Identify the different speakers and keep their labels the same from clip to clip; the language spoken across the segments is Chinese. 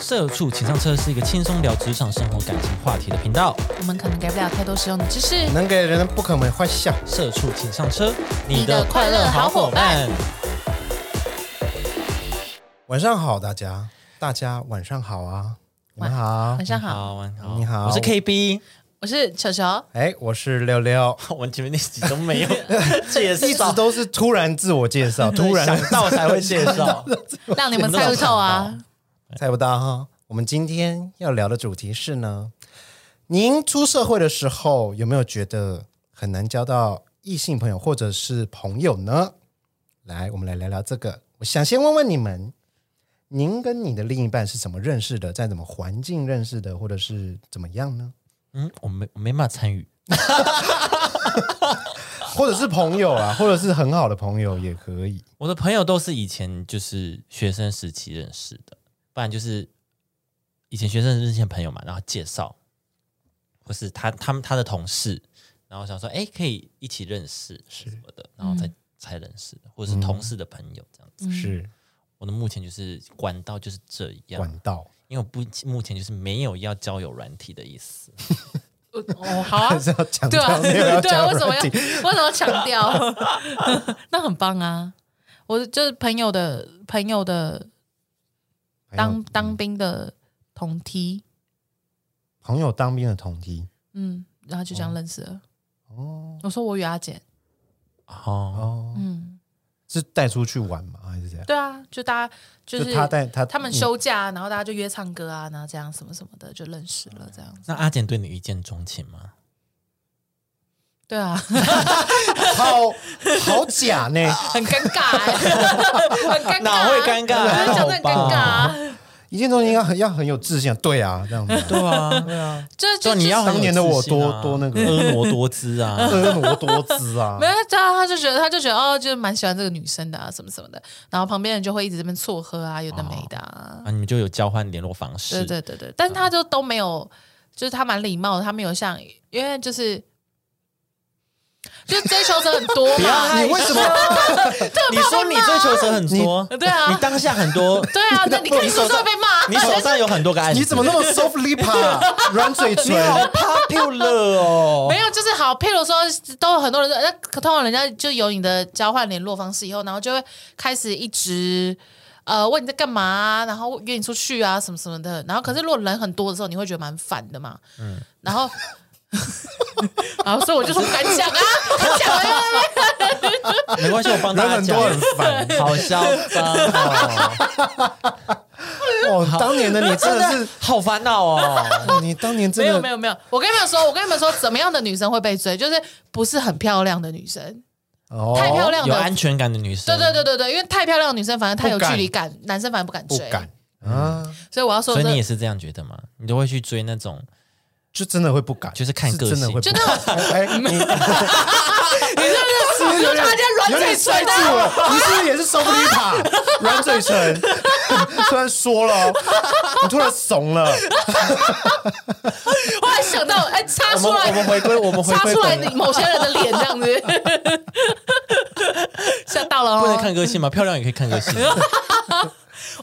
Speaker 1: 社畜请上车是一个轻松聊职场、生活、感情话题的频道。
Speaker 2: 我们可能给不了太多实用的知识。
Speaker 3: 能给人不可没坏笑。
Speaker 1: 社畜请上车，
Speaker 2: 你的快乐好伙伴。
Speaker 3: 晚上好，大家，大家晚上好啊，你们好
Speaker 2: 晚，上好，
Speaker 1: 好，晚上好，
Speaker 3: 你好
Speaker 1: 我是 KB。
Speaker 2: 我是球球。
Speaker 3: 哎，我是六六，
Speaker 1: 我们前面那集都没 有介
Speaker 3: 一直
Speaker 1: 绍，
Speaker 3: 都是突然自我介绍，突然
Speaker 1: 想到才会介 绍。
Speaker 2: 让你们猜不透啊！
Speaker 3: 猜不到哈。我们今天要聊的主题是呢，您出社会的时候有没有觉得很难交到异性朋友或者是朋友呢？来，我们来聊聊这个。我想先问问你们，您跟你的另一半是怎么认识的，在怎么环境认识的，或者是怎么样呢？
Speaker 1: 嗯，我没我没办法参与。
Speaker 3: 或者是朋 友啊，或者是很好的朋友也可以。
Speaker 1: 我的朋友都是以前就是学生时期认识的，不然就是以前学生认识的朋友嘛，然后介绍，或是他他们他的同事，然后想说哎可以一起认识什么的，然后才、才认识的，或者是
Speaker 3: 嗯
Speaker 1: 同事的朋友这样
Speaker 2: 嗯
Speaker 1: 子。
Speaker 3: 是
Speaker 1: 我的目前就是管道就是这样，
Speaker 3: 管道，
Speaker 1: 因为我不目前就是没有要交友软体的意思，
Speaker 2: 哦，好啊
Speaker 3: 还，是要讲
Speaker 2: 对啊，
Speaker 3: 到没有要
Speaker 2: 对啊，
Speaker 3: 讲
Speaker 2: 为什么要
Speaker 3: 软体
Speaker 2: 为什么要强调？那很棒啊！我就是朋友的朋友的
Speaker 3: 嗯
Speaker 2: 当当兵的同梯，
Speaker 3: 朋友当兵的同梯
Speaker 2: 嗯，然后就这样认识了。
Speaker 3: 哦
Speaker 2: 我说我与阿简，
Speaker 1: 哦，
Speaker 3: 哦，
Speaker 2: 嗯，
Speaker 3: 是带出去玩吗？还是这样？
Speaker 2: 对啊，就大家就
Speaker 3: 就是他带他
Speaker 2: 他们
Speaker 3: 嗯
Speaker 2: 休假，然后大家就约唱歌啊，然后这样什么什么的就认识了，这样子。
Speaker 1: 那阿简对你一见钟情吗？
Speaker 2: 对啊，
Speaker 3: 好好假呢，
Speaker 2: 很尴尬、欸，很尴尬、
Speaker 1: 哪会尴尬
Speaker 2: 我就讲得很尴尬、啊，
Speaker 3: 一见钟情要很要很有志向，对啊，这 样子。
Speaker 1: 对啊， 对啊，
Speaker 2: 这就
Speaker 1: 就你要很有
Speaker 3: 当年的我
Speaker 1: 自信啊
Speaker 3: 多多那个
Speaker 1: 婀娜多姿 啊，
Speaker 3: 婀娜多姿啊
Speaker 2: 没！有他，他就觉得他就觉得哦，就是蛮喜欢这个女生的啊，什么什么的。然后旁边人就会一直这边撮合啊，有的没的啊，
Speaker 1: 啊，你们就有交换联络方式，
Speaker 2: 对对对对。但他就都没有，就是他蛮礼貌的，他没有像，因为就是就是追求者很多嘛，
Speaker 3: 你为什么？
Speaker 1: 你说你追求者很多，
Speaker 2: 对啊
Speaker 1: 你当下很 多，
Speaker 2: 对啊，那你看你是不是会被骂？
Speaker 1: 你手上有很多个案子，
Speaker 3: 你怎么 那么 soft lip 啊？软嘴唇，
Speaker 1: popular 哦？
Speaker 2: 没有，就是好，譬如说，都有很多人，那可通常人家就有你的交换联络方式以后，然后就会开始一直呃问你在干嘛啊、然后约你出去啊，什么什么的。然后可是如果人很多的时候，你会觉得蛮烦的嘛。嗯，然 后。然后，所以我就说不敢讲啊，不敢讲啊，
Speaker 1: 没关系，我帮大
Speaker 3: 人
Speaker 1: 家
Speaker 3: 很
Speaker 1: 讲
Speaker 3: 多。很烦。
Speaker 1: 好嚣张哦！
Speaker 3: 哦，当年 的你 真的是，
Speaker 1: 好烦恼哦！
Speaker 3: 哦你当年真
Speaker 2: 没
Speaker 3: 的
Speaker 2: 有没有没有，我跟你们说，我跟你们说，怎么样的女生会被追？就是不是很漂亮的女生，
Speaker 3: 有
Speaker 2: 太漂亮
Speaker 1: 有
Speaker 2: 的
Speaker 1: 安全感的女生，
Speaker 2: 对对，对对对，因为太漂亮的女生反而太有
Speaker 3: 不敢
Speaker 2: 距离感，男生反而不敢追。
Speaker 3: 不敢啊，
Speaker 2: 所以我要说
Speaker 1: 所
Speaker 2: 的
Speaker 1: 以
Speaker 2: 是，
Speaker 1: 你也是这样觉得吗？你都会去追那种
Speaker 3: 就真的会不敢，
Speaker 1: 就是看个性
Speaker 3: 真的会不
Speaker 2: 就
Speaker 3: 敢，
Speaker 2: 那种
Speaker 3: 哎，哎 你
Speaker 2: 你说他家
Speaker 3: 有
Speaker 2: 软
Speaker 3: 点
Speaker 2: 嘴
Speaker 3: 摔
Speaker 2: 唇
Speaker 3: 住
Speaker 2: 啊，
Speaker 3: 了，你是不是也是收不离塔软嘴唇？突然说了哦，你突然怂了，
Speaker 2: 我还想到，哎，擦
Speaker 1: 我
Speaker 2: 出
Speaker 1: 们我们
Speaker 2: 来，
Speaker 1: 回归我们回
Speaker 2: 擦
Speaker 1: 归
Speaker 2: 出来
Speaker 1: 本来
Speaker 2: 你某些人的脸这样子， 吓到了
Speaker 1: 不能
Speaker 2: 哦。
Speaker 1: 看个性吗？漂亮也可以看个 性，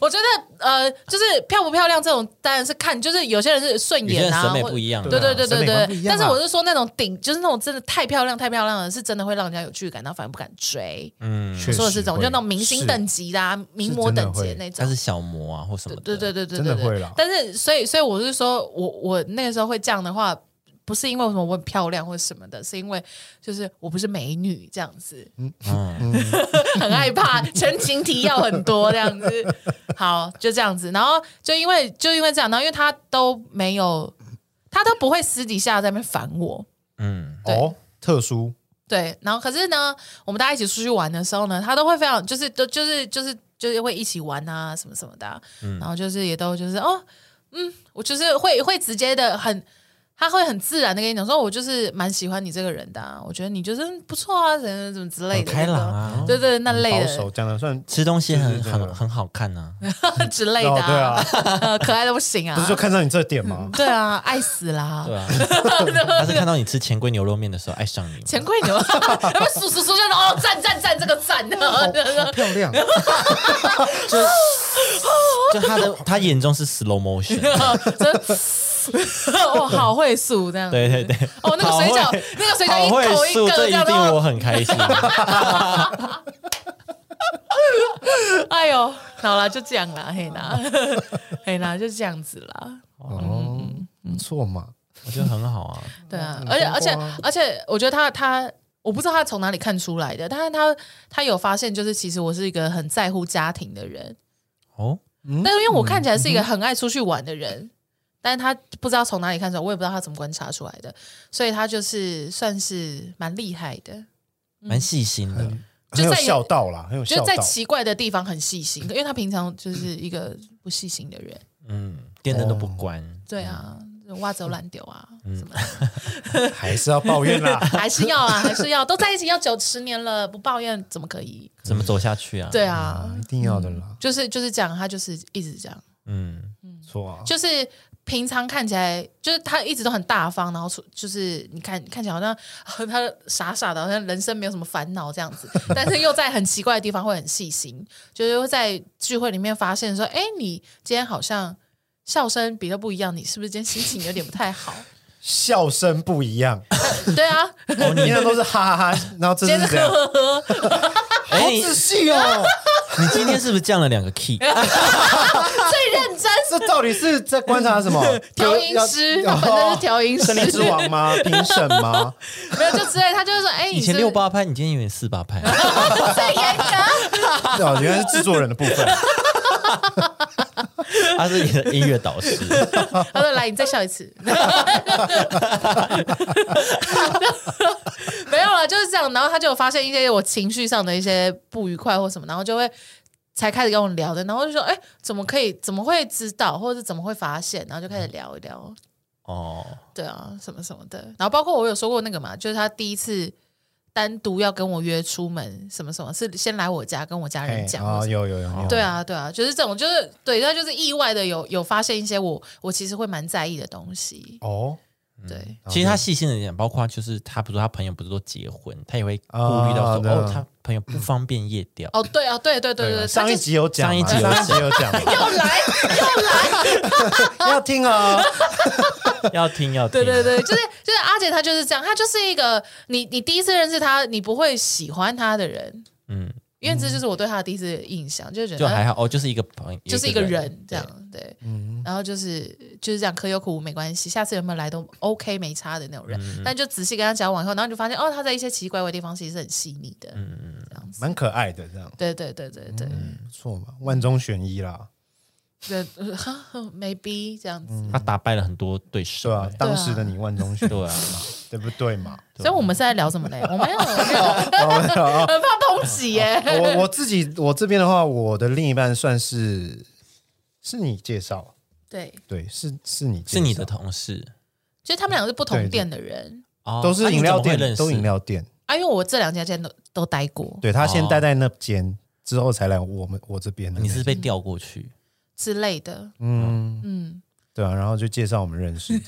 Speaker 2: 我觉得呃，就是漂不漂亮这种当然是看，就是有些人是顺
Speaker 1: 有些
Speaker 2: 眼
Speaker 1: 人
Speaker 2: 啊，
Speaker 1: 审美
Speaker 2: 或
Speaker 1: 不一样啊。
Speaker 2: 对对对
Speaker 3: 审
Speaker 2: 对
Speaker 3: 美观不
Speaker 2: 对
Speaker 3: 一，样
Speaker 2: 但
Speaker 3: 啊
Speaker 2: 是我是说那种顶，就是那种真的太漂亮太漂亮了，是真的会让人家有距离感，然后反而不敢追。
Speaker 1: 嗯，
Speaker 3: 确实
Speaker 2: 说的是这种，
Speaker 3: 会
Speaker 2: 就那种明星
Speaker 3: 是
Speaker 2: 等级的、啊、名模等级的那种
Speaker 1: 他。是小模啊或什么的。
Speaker 2: 对对对对对
Speaker 3: 真的
Speaker 2: 对
Speaker 3: 会啦
Speaker 2: 但是，所以，所以我是说，我我那个时候会这样的话，不是因为什么我很漂亮或什么的，是因为就是我不是美女这样子，
Speaker 1: 嗯，
Speaker 2: 很害怕，前情提要很多这样子。好，就这样子，然后就因为就因为这样，然后因为他都没有，他都不会私底下在那边烦我。
Speaker 1: 嗯
Speaker 2: 对
Speaker 3: 哦，特殊
Speaker 2: 对，然后可是呢，我们大家一起出去玩的时候呢，他都会非常就是都就是就是就是会一起玩啊，什么什么的啊、然后就是也都就是哦，嗯，我就是会会直接的很他会很自然的跟你讲说，我就是蛮喜欢你这个人的、啊，我觉得你就是嗯不错啊，怎么怎么之类
Speaker 1: 很
Speaker 2: 的，
Speaker 1: 开朗啊，
Speaker 2: 对，对对，那
Speaker 3: 很
Speaker 2: 类
Speaker 3: 保
Speaker 2: 的
Speaker 3: 守，讲的算哦
Speaker 1: 吃东西很
Speaker 3: 对对对
Speaker 1: 很很好看呐、啊，
Speaker 2: 之类的、
Speaker 3: 哦
Speaker 2: 呃 可爱的不行啊
Speaker 3: 不，是就看上你这点吗？
Speaker 2: 对啊，爱死啦，
Speaker 1: 对啊，他是看到你吃钱龟牛肉面的时候爱上你吗，
Speaker 2: 钱柜牛， 要不要数数数就哦，赞赞赞，这个赞，嗯
Speaker 3: 好漂亮，
Speaker 1: 就他的他眼中是 slow motion，
Speaker 2: 我好会数这样，
Speaker 1: 对对对，
Speaker 2: 哦，那个水
Speaker 1: 好
Speaker 2: 饺
Speaker 1: 会，
Speaker 2: 那个水饺
Speaker 1: 好
Speaker 2: 一
Speaker 1: 会
Speaker 2: 口一
Speaker 1: 数，
Speaker 2: 个
Speaker 1: 这
Speaker 2: 这
Speaker 1: 一
Speaker 2: 样，
Speaker 1: 定
Speaker 2: 然后
Speaker 1: 我很开心。啊
Speaker 2: 哎呦，好啦，就这样啦，嘿啦， 嘿啦，就这样子啦。
Speaker 3: 哦，
Speaker 2: 嗯
Speaker 3: 不错嘛，
Speaker 1: 我觉得很好啊，
Speaker 2: 对啊，
Speaker 3: 嗯
Speaker 2: 而且
Speaker 3: 很
Speaker 2: 而且
Speaker 3: 风光啊
Speaker 2: 而且，我觉得他他，我不知道他从哪里看出来的，但是他他有发现，就是其实我是一个很在乎家庭的人，
Speaker 1: 哦，
Speaker 2: 但是因为我看起来是一个很爱出去玩的人，但是他不知道从哪里看出来，我也不知道他怎么观察出来的，所以他就是算是蛮厉害的，
Speaker 1: 蛮细心的，
Speaker 2: 就
Speaker 3: 很有
Speaker 2: 在
Speaker 3: 孝道啦，很有
Speaker 2: 就是
Speaker 3: 孝道
Speaker 2: 在。奇怪的地方很细心，因为他平常就是一个不细心的人，
Speaker 1: 嗯，电灯都不关，
Speaker 2: 对啊，挖走烂丢啊，什么的。。
Speaker 3: 还是要抱怨啦
Speaker 2: 还是要啊，还是要，都在一起要九十年了，不抱怨怎么可以？
Speaker 1: 怎么走下去啊？
Speaker 2: 对
Speaker 3: 啊
Speaker 2: 啊，，
Speaker 3: 一定要的啦，
Speaker 2: 就是就是这样，他就是一直这样，
Speaker 1: 嗯，
Speaker 3: 不错啊，
Speaker 2: 就是平常看起来就是他一直都很大方，然后出就是你看看起来好像、啊他傻傻的，好像人生没有什么烦恼这样子，但是又在很奇怪的地方会很细心，就是会在聚会里面发现说，哎，你今天好像。笑声比较不一样，你是不是今天心情有点不太好？
Speaker 3: 笑声不一样，
Speaker 2: 对啊，
Speaker 1: 哦，你
Speaker 3: 平常都是哈哈 哈，然后这
Speaker 2: 今天
Speaker 3: 是
Speaker 2: 是
Speaker 3: 怎样？
Speaker 2: 呵呵呵，
Speaker 1: 哎，你
Speaker 3: 仔细哦，
Speaker 1: 你今天是不是降了两个 key？
Speaker 2: 哎最认真
Speaker 3: 这到底是在观 察什么？
Speaker 2: 调音师，他本身是调音师，
Speaker 3: 哦森 林之王吗？评审吗？
Speaker 2: 没有就之类，他就是说，哎、你
Speaker 1: 以前
Speaker 2: 是
Speaker 1: 六八拍，你今天有点四八 拍，
Speaker 2: 最严格，啊
Speaker 3: 哦，原来是制作人的 部分。
Speaker 1: 他是你的音乐导 师，
Speaker 2: 他说来，你再笑一次，没有了，就是这样。然后他就有发现一些我情绪上的一些不愉快或什么，然后就会。才开始跟我聊的，然后就说：“哎、怎么可以？怎么会知道，或者是怎么会发现？”然后就开始聊一聊，
Speaker 1: 哦，
Speaker 2: 对啊，什么什么的。然后包括我有说过那个嘛，就是他第一次单独要跟我约出门，什么什么是先来我家跟我家
Speaker 3: 哎
Speaker 2: 人讲或什么
Speaker 3: 啊，
Speaker 2: 的
Speaker 3: 有有有，有
Speaker 2: 对，啊，对啊，就是这种，就是对，他就是意外的有有发现一些我我其实会蛮在意的东西，
Speaker 3: 哦，
Speaker 2: 对，
Speaker 1: 其实他细心的一点，包括就是他，比如说他朋友不是都结婚，他也会顾虑
Speaker 3: 啊
Speaker 1: 到说，
Speaker 3: 对啊
Speaker 1: 哦，他朋友不方便夜 钓，
Speaker 2: 哦，对啊，对对对对，他
Speaker 3: 上
Speaker 2: 就
Speaker 3: 一集有讲
Speaker 1: 上
Speaker 3: 嘛，
Speaker 1: 一集有
Speaker 3: 上一集有讲嘛，
Speaker 2: 又来，
Speaker 3: 要听哦。
Speaker 1: 要听要听，
Speaker 2: 对对对，就是就是阿姐她就是这样，她就是一个你你第一次认识她，你不会喜欢她的人，
Speaker 1: 嗯，
Speaker 2: 因为这就是我对她的第一次印象，就觉
Speaker 1: 就
Speaker 2: 得
Speaker 1: 还好哦，就是一个朋友，
Speaker 2: 嗯就是一个人
Speaker 1: 对，
Speaker 2: 这样，对，然后就是就是这样，可有可无没关系，下次有没有来都 OK 没差的那种人，但就仔细跟他交往以后，然后你就发现哦，他在一些奇奇怪怪的地方其实是很细腻的，嗯嗯，这样子，
Speaker 3: 蛮可爱的，这样
Speaker 2: 对对对对对，
Speaker 3: 不错嘛，万中选一啦，
Speaker 2: 对呃哈，maybe 这样子。
Speaker 3: 嗯
Speaker 1: 他打败了很多对
Speaker 3: 是
Speaker 1: 手，
Speaker 3: 吧？当时的你万中选，
Speaker 1: 对啊，
Speaker 3: 对不对嘛？
Speaker 2: 所以我们是在聊什么 嘞？我没有，我没有很怕抨击耶。
Speaker 3: 哦我我自己我这边的话，我的另一半算是是你介绍，
Speaker 2: 对，
Speaker 3: 对，是是你介
Speaker 1: 是
Speaker 3: 绍
Speaker 1: 你的，同事
Speaker 2: 就是他们两个是不
Speaker 3: 对
Speaker 2: 同
Speaker 3: 对
Speaker 2: 店的人
Speaker 1: 哦，
Speaker 3: 都是饮料店
Speaker 1: 那你，怎么
Speaker 3: 都
Speaker 1: 会认识
Speaker 3: 饮，料店。
Speaker 2: 啊，因为我这两家店都都待过
Speaker 3: 对他先
Speaker 1: 哦
Speaker 3: 待在那间，之后才来我们我这边的。
Speaker 1: 你是被调过去，
Speaker 2: 之类的，
Speaker 3: 嗯，
Speaker 2: 嗯，
Speaker 3: 对啊，然后就介绍我们 认识，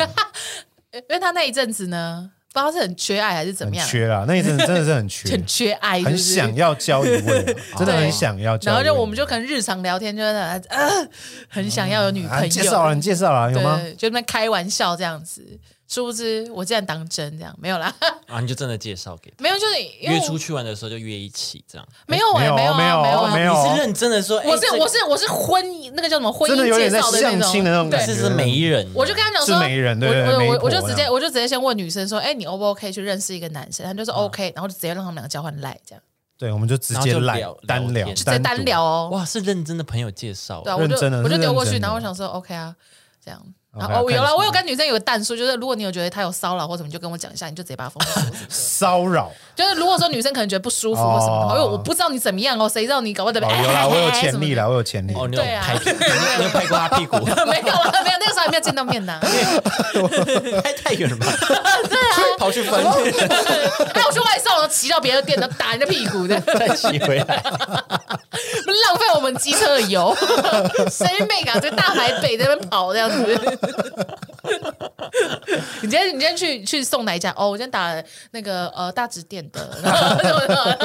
Speaker 2: 因为他那一阵子呢，不知道是很缺爱还是怎
Speaker 3: 很
Speaker 2: 么样，
Speaker 3: 缺啦，那 一阵子真的是很缺
Speaker 2: 很，缺爱，
Speaker 3: 很
Speaker 2: 是不是
Speaker 3: 想要交一位啊，真的很
Speaker 2: 对
Speaker 3: 想要交一
Speaker 2: 然
Speaker 3: 位。
Speaker 2: 后就我们就可能日常聊天，就是呃，很想要有女朋
Speaker 3: 啊，
Speaker 2: 友，
Speaker 3: 你介绍了，你介绍了，有吗？
Speaker 2: 对，就在那边开玩笑这样子。殊不知我竟然当真，这样没有啦，
Speaker 1: 啊，你就真的介绍给他，
Speaker 2: 没有，就是因为
Speaker 1: 约
Speaker 2: 我
Speaker 1: 出去玩的时候就约一起这样，
Speaker 2: 没有哎、
Speaker 3: 没
Speaker 2: 没
Speaker 3: 有
Speaker 2: 有
Speaker 3: 哦
Speaker 2: 啊
Speaker 3: 没
Speaker 2: 没
Speaker 3: 有哦
Speaker 2: 啊
Speaker 3: 没有哦
Speaker 1: 你是认真的说，哎
Speaker 2: 我是
Speaker 1: 这个
Speaker 2: 我是我是婚姻那个叫什么婚
Speaker 3: 真的有
Speaker 2: 姻介
Speaker 3: 点在
Speaker 2: 绍的
Speaker 3: 相
Speaker 2: 那
Speaker 3: 亲的那种感
Speaker 2: 对
Speaker 3: 觉，
Speaker 1: 是是媒人，啊
Speaker 2: 我就跟他讲说，
Speaker 3: 是媒人对
Speaker 2: 我
Speaker 3: 对
Speaker 2: 我
Speaker 3: 媒
Speaker 2: 我
Speaker 3: 婆
Speaker 2: 我就直
Speaker 3: 这
Speaker 2: 接
Speaker 3: 样
Speaker 2: 我就直接先问女生说，哎，你 O 不 OK 去认识一个男生？他就说
Speaker 3: 嗯
Speaker 2: OK，然后就直接让他们两个交换赖，这样
Speaker 3: 对，我们就直
Speaker 1: 然后
Speaker 3: 接
Speaker 1: 就
Speaker 3: 来
Speaker 1: 聊
Speaker 3: 单
Speaker 1: 聊
Speaker 3: 聊，
Speaker 1: 天
Speaker 2: 就直接
Speaker 3: 独
Speaker 2: 单聊哦。
Speaker 1: 哇，是认真的朋友介绍，
Speaker 2: 对啊，我就
Speaker 3: 认真的
Speaker 2: 我就是丢过
Speaker 3: 认
Speaker 2: 去，
Speaker 3: 真的
Speaker 2: 然后我想说 OK 啊，这样然后哦，有了，我有跟女生有个淡数，就是如果你有觉得她有骚扰或什么，你就跟我讲一下，你就直接把她封锁。
Speaker 3: 骚扰。
Speaker 2: 就是如果说女生可能觉得不舒服或什么的话，因为我不知道你怎么样哦，谁知道你搞不好怎
Speaker 3: 哦，
Speaker 2: 哎么？
Speaker 3: 有啦，我有潜力
Speaker 2: 了，
Speaker 3: 啦，我有潜力。
Speaker 1: 哦，你有
Speaker 2: 对啊
Speaker 1: 拍，你有拍过他屁股，
Speaker 2: 没有啊，没有，那个时候还没有见到面呢。
Speaker 1: 拍太远了 吧？
Speaker 2: 啊
Speaker 1: 跑去分
Speaker 2: 哎，我去外送，骑到别的店，然后打人家屁股的，
Speaker 1: 再骑回来，
Speaker 2: 浪费我们机车的油。 谁妹啊，这个大台北在那边跑这样子。 你今天你今天去去送哪一家？哦，我今天打那个呃大直店的， 然后什么的，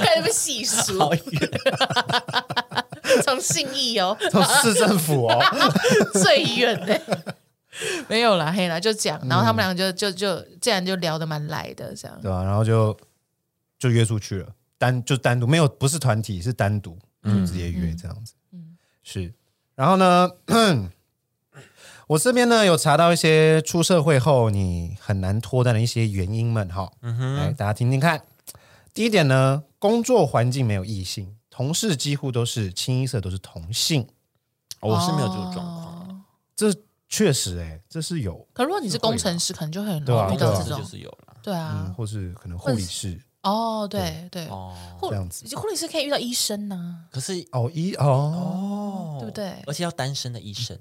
Speaker 2: 开始那边细数
Speaker 1: 好，远。
Speaker 2: 从信义哦，
Speaker 3: 从市政府哦，
Speaker 2: 最远的、 没有啦，嘿啦，就讲，然后他们两个就就就竟然就聊得蛮来的，这样
Speaker 1: 嗯
Speaker 3: 对吧、然后就就约出去了，单就单独，没有不是团体，是单独，就直接
Speaker 2: 嗯
Speaker 3: 约这样子。嗯是。然后呢，我这边呢有查到一些出社会后你很难脱单的一些原因们哈，来大家听听看。第一点呢，工作环境没有异性，同事几乎都是清一色都是同性，
Speaker 1: 哦我是没有这种状况，
Speaker 2: 哦
Speaker 3: 这确实哎、这是有，
Speaker 2: 可如果你是工程师，可能就很
Speaker 3: 对啊
Speaker 2: 容易遇到
Speaker 1: 公
Speaker 2: 这
Speaker 1: 司
Speaker 2: 种
Speaker 1: 就，是有了。
Speaker 2: 对
Speaker 3: 嗯，
Speaker 2: 啊，
Speaker 3: 或是可能护理师
Speaker 2: 哦，对对，
Speaker 1: 哦，
Speaker 2: 护
Speaker 3: 这样子
Speaker 2: 护理师可以遇到医生呢，
Speaker 1: 可是
Speaker 3: 哦一哦，
Speaker 1: 哦，
Speaker 2: 对不嗯对
Speaker 1: 而且要单身的医生，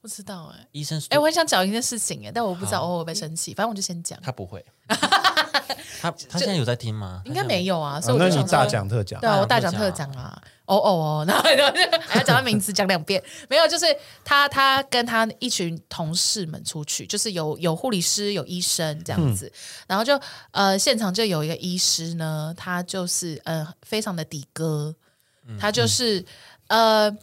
Speaker 2: 不知道哎。
Speaker 1: 医生
Speaker 2: 哎，
Speaker 1: 哎
Speaker 2: 我，很想讲一件事情哎，但我不知道，我会不会生气？反正我就先讲，
Speaker 1: 他不 会，他他现在有在听吗？
Speaker 2: 应该没
Speaker 1: 有。
Speaker 2: 有啊，
Speaker 3: 啊
Speaker 2: 所以我
Speaker 3: 那
Speaker 2: 就
Speaker 3: 你
Speaker 2: 想
Speaker 3: 大
Speaker 2: 说
Speaker 3: 讲特讲
Speaker 2: 对啊，我大
Speaker 1: 大
Speaker 2: 讲
Speaker 1: 讲
Speaker 2: 特
Speaker 1: 特
Speaker 2: 讲
Speaker 1: 讲
Speaker 2: 啊，哦哦哦，然后然后就 还要讲他名字讲两遍，没有，就是他他跟他一群同事们出去，就是有有护理师有医生这样子，
Speaker 1: 嗯
Speaker 2: 然后就呃现场就有一个医师呢，他就是呃非常的的哥，
Speaker 1: 嗯
Speaker 2: 他就是、呃。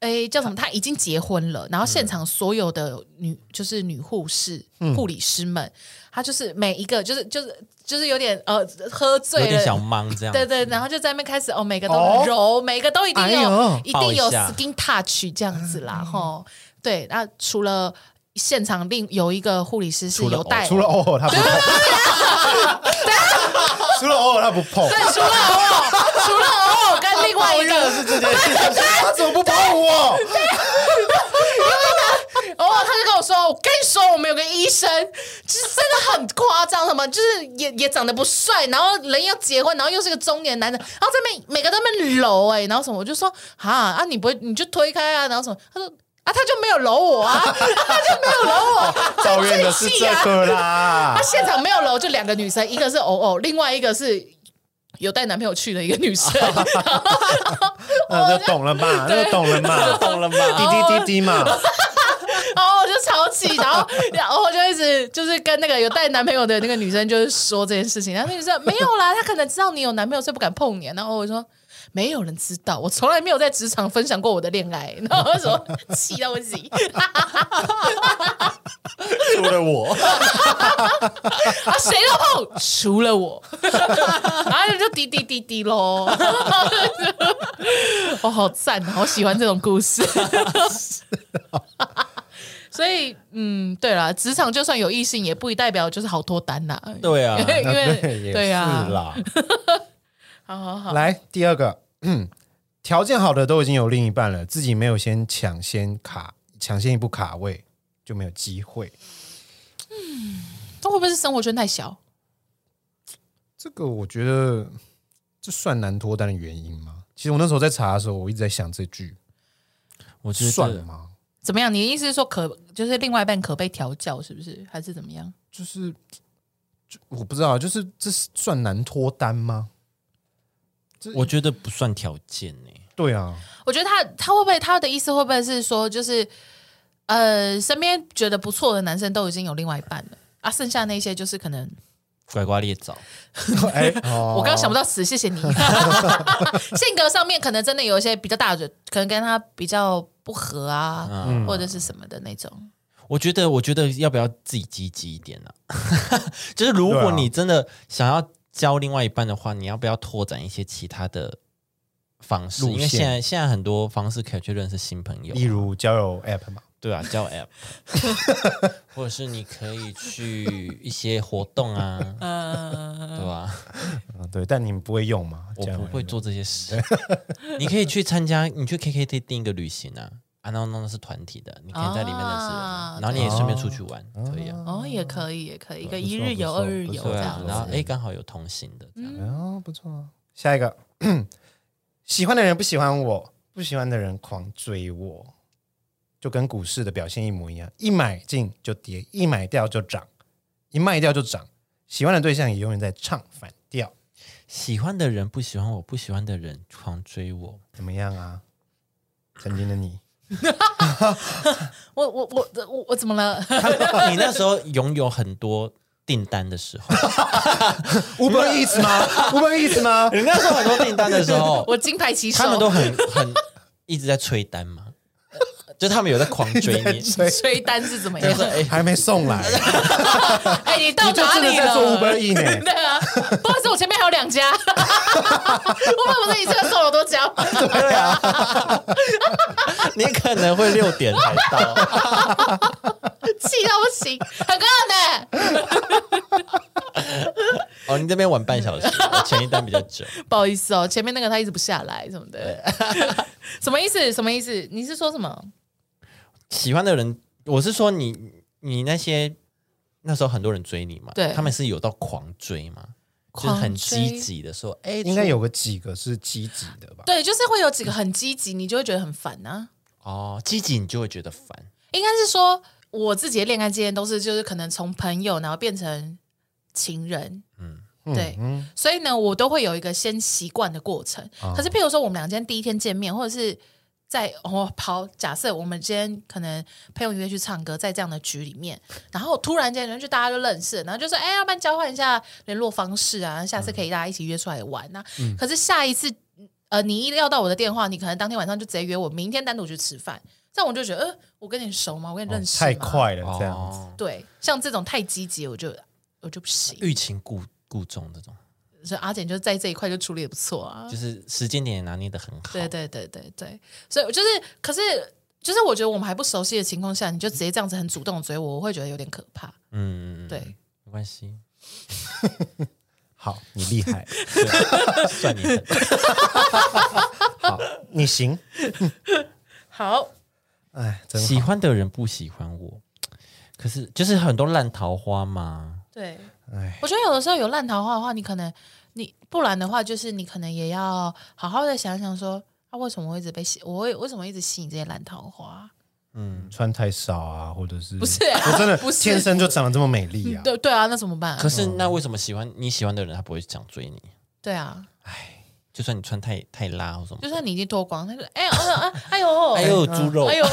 Speaker 2: 诶，叫什么？他已经结婚了，然后现场所有的女、
Speaker 1: 嗯
Speaker 2: 就是女护士、护理师们，他就是每一个就是就是就是有点呃喝醉
Speaker 1: 有
Speaker 2: 了，
Speaker 1: 点小忙这样，
Speaker 2: 对对，然后就在那边开始哦，每个都
Speaker 3: 哦
Speaker 2: 很柔，每个都一定
Speaker 3: 哎
Speaker 2: 有、
Speaker 3: 呦
Speaker 2: 一
Speaker 1: 抱
Speaker 2: 定
Speaker 1: 一
Speaker 2: 有
Speaker 1: 下
Speaker 2: skin touch 这样子啦，吼、对，那除了现场另有一个护理师是
Speaker 1: 除了
Speaker 2: 有
Speaker 1: 偶
Speaker 2: 带，
Speaker 3: 除了偶尔他不碰，除了偶尔他不碰，
Speaker 2: 啊对，除了哦，除了哦，跟另外一个
Speaker 3: 是这件事
Speaker 2: 啊
Speaker 3: 情，他怎么不碰我？
Speaker 2: 哦，他就跟我说：“我跟你说，我们有个医生，就是真的很夸张，什么就是也也长得不帅，然后人要结婚，然后又是个中年男人，然后这边每个都在那边揉哎、然后什么，我就说啊啊，你不会你就推开啊，然后什么，他说啊，他就没有揉我啊，他就没有揉我、
Speaker 3: 抱怨的是这个啦
Speaker 2: 他，啊现场没有揉，就两个女生，一个是偶偶，另外一个是有带男朋友去的一个女生，
Speaker 3: 那就懂了嘛，那就懂了嘛，
Speaker 1: 懂了吗？
Speaker 3: 滴滴滴滴嘛，
Speaker 2: 然后哦我就超气，然后然后我就一直就是跟那个有带男朋友的那个女生就是说这件事情，然后那女生没有啦，她可能知道你有男朋友，所以不敢碰你啊。然后我就说没有人知道，我从来没有在职场分享过我的恋爱，然后我就说 气到不行，
Speaker 1: 除了我，
Speaker 2: 啊谁都碰，除了我， 然后就滴滴滴滴 喽，我好赞，好喜欢这种故事。 所以，嗯，对啦，职场就算有异性，也不代表就是好脱单 呐。
Speaker 1: 对啊，
Speaker 2: 因为
Speaker 3: 也
Speaker 2: 对
Speaker 3: 是
Speaker 2: 啊，
Speaker 3: 啦。
Speaker 2: 好好好，
Speaker 3: 来第二个， 条件好的都已经有另一半了，自己没有先抢先卡，抢先一步卡位就没有机会。
Speaker 2: 这会不会是生活圈太小？
Speaker 3: 这个我觉得这算难脱单的原因吗？其实我那时候在查的时候，我一直在想这句
Speaker 1: 我觉
Speaker 3: 算
Speaker 1: 得
Speaker 3: 吗？
Speaker 2: 怎么样？你的意思是说可就是另外一半可被调教，是不是？还是怎么样？
Speaker 3: 就是就我不知道，啊就是这是算难脱单吗？
Speaker 1: 我觉得不算条件呢。
Speaker 3: 对啊，
Speaker 2: 我觉得他他会不会他的意思会不会是说，就是呃，身边觉得不错的男生都已经有另外一半了啊，剩下那些就是可能
Speaker 1: 拐瓜裂枣，
Speaker 3: 哎，
Speaker 2: 我
Speaker 1: 哦
Speaker 3: 我
Speaker 2: 刚刚想不到词，谢谢你。性格上面可能真的有一些比较大的，可能跟他比较不合啊，
Speaker 1: 嗯，
Speaker 2: 或者是什么的那种。
Speaker 1: 我觉得，我觉得要不要自己积极一点呢、 啊？就是如
Speaker 3: 对啊
Speaker 1: 果你真的想要交另外一半的话，你要不要拓展一些其他的方式？
Speaker 3: 路
Speaker 1: 因为现
Speaker 3: 线
Speaker 1: 在现在很多方式可以去认识新朋友
Speaker 3: 例，如交友 App 嘛，
Speaker 1: 对啊，交友 App，或者是你可以去一些活动啊，对
Speaker 2: 呃，
Speaker 1: 吧、
Speaker 3: 啊对，但你们不会用吗？
Speaker 1: 我
Speaker 3: 交友
Speaker 1: 不
Speaker 3: app
Speaker 1: 会做这些事。你可以去参加，你去 KKT 订一个旅行啊，啊，那那那是团体的，你可以在里面认识人嘛，
Speaker 2: 啊
Speaker 1: 然后你也顺便出去玩，可以啊。
Speaker 2: 哦，也可以，也可以，一个
Speaker 4: 不错
Speaker 2: 一日游、
Speaker 4: 不错
Speaker 2: 二日游
Speaker 4: 不
Speaker 2: 这
Speaker 4: 错
Speaker 1: 对
Speaker 2: 样
Speaker 1: 啊，
Speaker 2: 子。嗯
Speaker 1: 然后哎，刚好有同行的这样，
Speaker 3: 哦，不错啊。下一个， 喜欢的人不喜欢我，不喜欢的人狂追我，就跟股市的表现一模一样，一买进就跌，一买掉就涨，一卖掉就涨。喜欢的对象也永远在唱反调，
Speaker 1: 喜欢的人不喜欢我，不喜欢的人狂追我，
Speaker 3: 怎么样啊？曾经 的你，
Speaker 2: 我我我我我怎么了？
Speaker 1: 他你那时候拥有很多订单的时候，
Speaker 3: 五本意思吗？五本意思吗？
Speaker 1: 你那时候很多订单的时候，
Speaker 2: 我金牌骑手
Speaker 1: 他们都很很 一直在催单嘛，就他们有在狂追 你，就
Speaker 3: 所以
Speaker 2: 催单是怎么样
Speaker 1: 是？哎，
Speaker 3: 还没送来，
Speaker 2: 哎，你到
Speaker 3: 你就
Speaker 2: 哪
Speaker 3: 真的
Speaker 2: 里
Speaker 3: 在做五
Speaker 2: 了
Speaker 3: 本？意呢？
Speaker 2: 对啊，不好意思，我前面还有两 家，我把我自己这个送了多久？
Speaker 1: 对啊，你可能会六点才到，
Speaker 2: 气到不行，很高呢。
Speaker 1: 哦，你这边晚半小时，我前一单比较久，
Speaker 2: 不好意思哦，前面那个他一直不下来什么 的，什么意思？什么意思？你是说什么？
Speaker 1: 喜欢的人，我是说你你那些那时候很多人追你嘛，
Speaker 2: 对
Speaker 1: 他们是有到狂追嘛，就是
Speaker 2: 狂
Speaker 1: 很
Speaker 2: 追
Speaker 1: 积极的说，哎，
Speaker 3: 应该有个几个是积极的吧？
Speaker 2: 对，就是会有几个很积极，你就会觉得很烦啊。
Speaker 1: 哦，积极你就会觉得烦，
Speaker 2: 应该是说我自己的恋爱经验都是，就是可能从朋友然后变成情人，嗯，对，所以呢，我都会有一个先习惯的过程。
Speaker 3: 啊
Speaker 2: 可是，譬如说我们俩今天第一天见面，或者是在哦，好，假设我们今天可能朋友约去唱歌，在这样的局里面，然后突然间，然后就大家就认识了，然后就说，哎，要不然交换一下联络方式啊，下次可以大家一起约出来玩啊。
Speaker 3: 嗯
Speaker 2: 可是下一次。呃，你一要到我的电话，你可能当天晚上就直接约我，明天单独去吃饭。这样我就觉得，呃，我跟你熟吗？我跟你认识、吗？
Speaker 3: 嗯哦太快了，这样子。
Speaker 1: 哦，
Speaker 2: 对，像这种太积极，我就我就不行。
Speaker 1: 欲擒故故纵这种，
Speaker 2: 所以阿简就在这一块就处理的不错啊
Speaker 1: 就。是时间点也拿捏的很好，
Speaker 2: 对对对对对，所以我就是，可是就是我觉得我们还不熟悉的情况下，你就直接这样子很主动地追我，我会觉得有点可怕。
Speaker 1: 嗯，嗯，嗯
Speaker 2: 对，
Speaker 1: 没关系，
Speaker 3: 好，你厉害，
Speaker 1: 算你狠。
Speaker 3: 好，你行。
Speaker 2: 好，
Speaker 3: 哎，真好
Speaker 1: 喜欢的人不喜欢我，可是就是很多烂桃花嘛。
Speaker 2: 对
Speaker 3: 哎，
Speaker 2: 我觉得有的时候有烂桃花的话，你可能你不然的话，就是你可能也要好好的想想说，啊，为什么我一直被吸，我为为什么一直吸引这些烂桃花？
Speaker 1: 嗯，
Speaker 3: 穿太少啊，或者是
Speaker 2: 不是啊
Speaker 3: 我真的
Speaker 2: 不是
Speaker 3: 天生就长得这么美丽啊？
Speaker 2: 对对啊，那怎么办、
Speaker 1: 可是那为什么喜欢你喜欢的人，他不会想追你？
Speaker 2: 对啊，
Speaker 3: 哎
Speaker 1: 就算你穿太太拉或什么
Speaker 2: 就，算你已经脱光，他就哎呀，哎呀哎 呦，
Speaker 1: 哎
Speaker 2: 哎呦，
Speaker 1: 呦猪肉
Speaker 2: 哎，呦。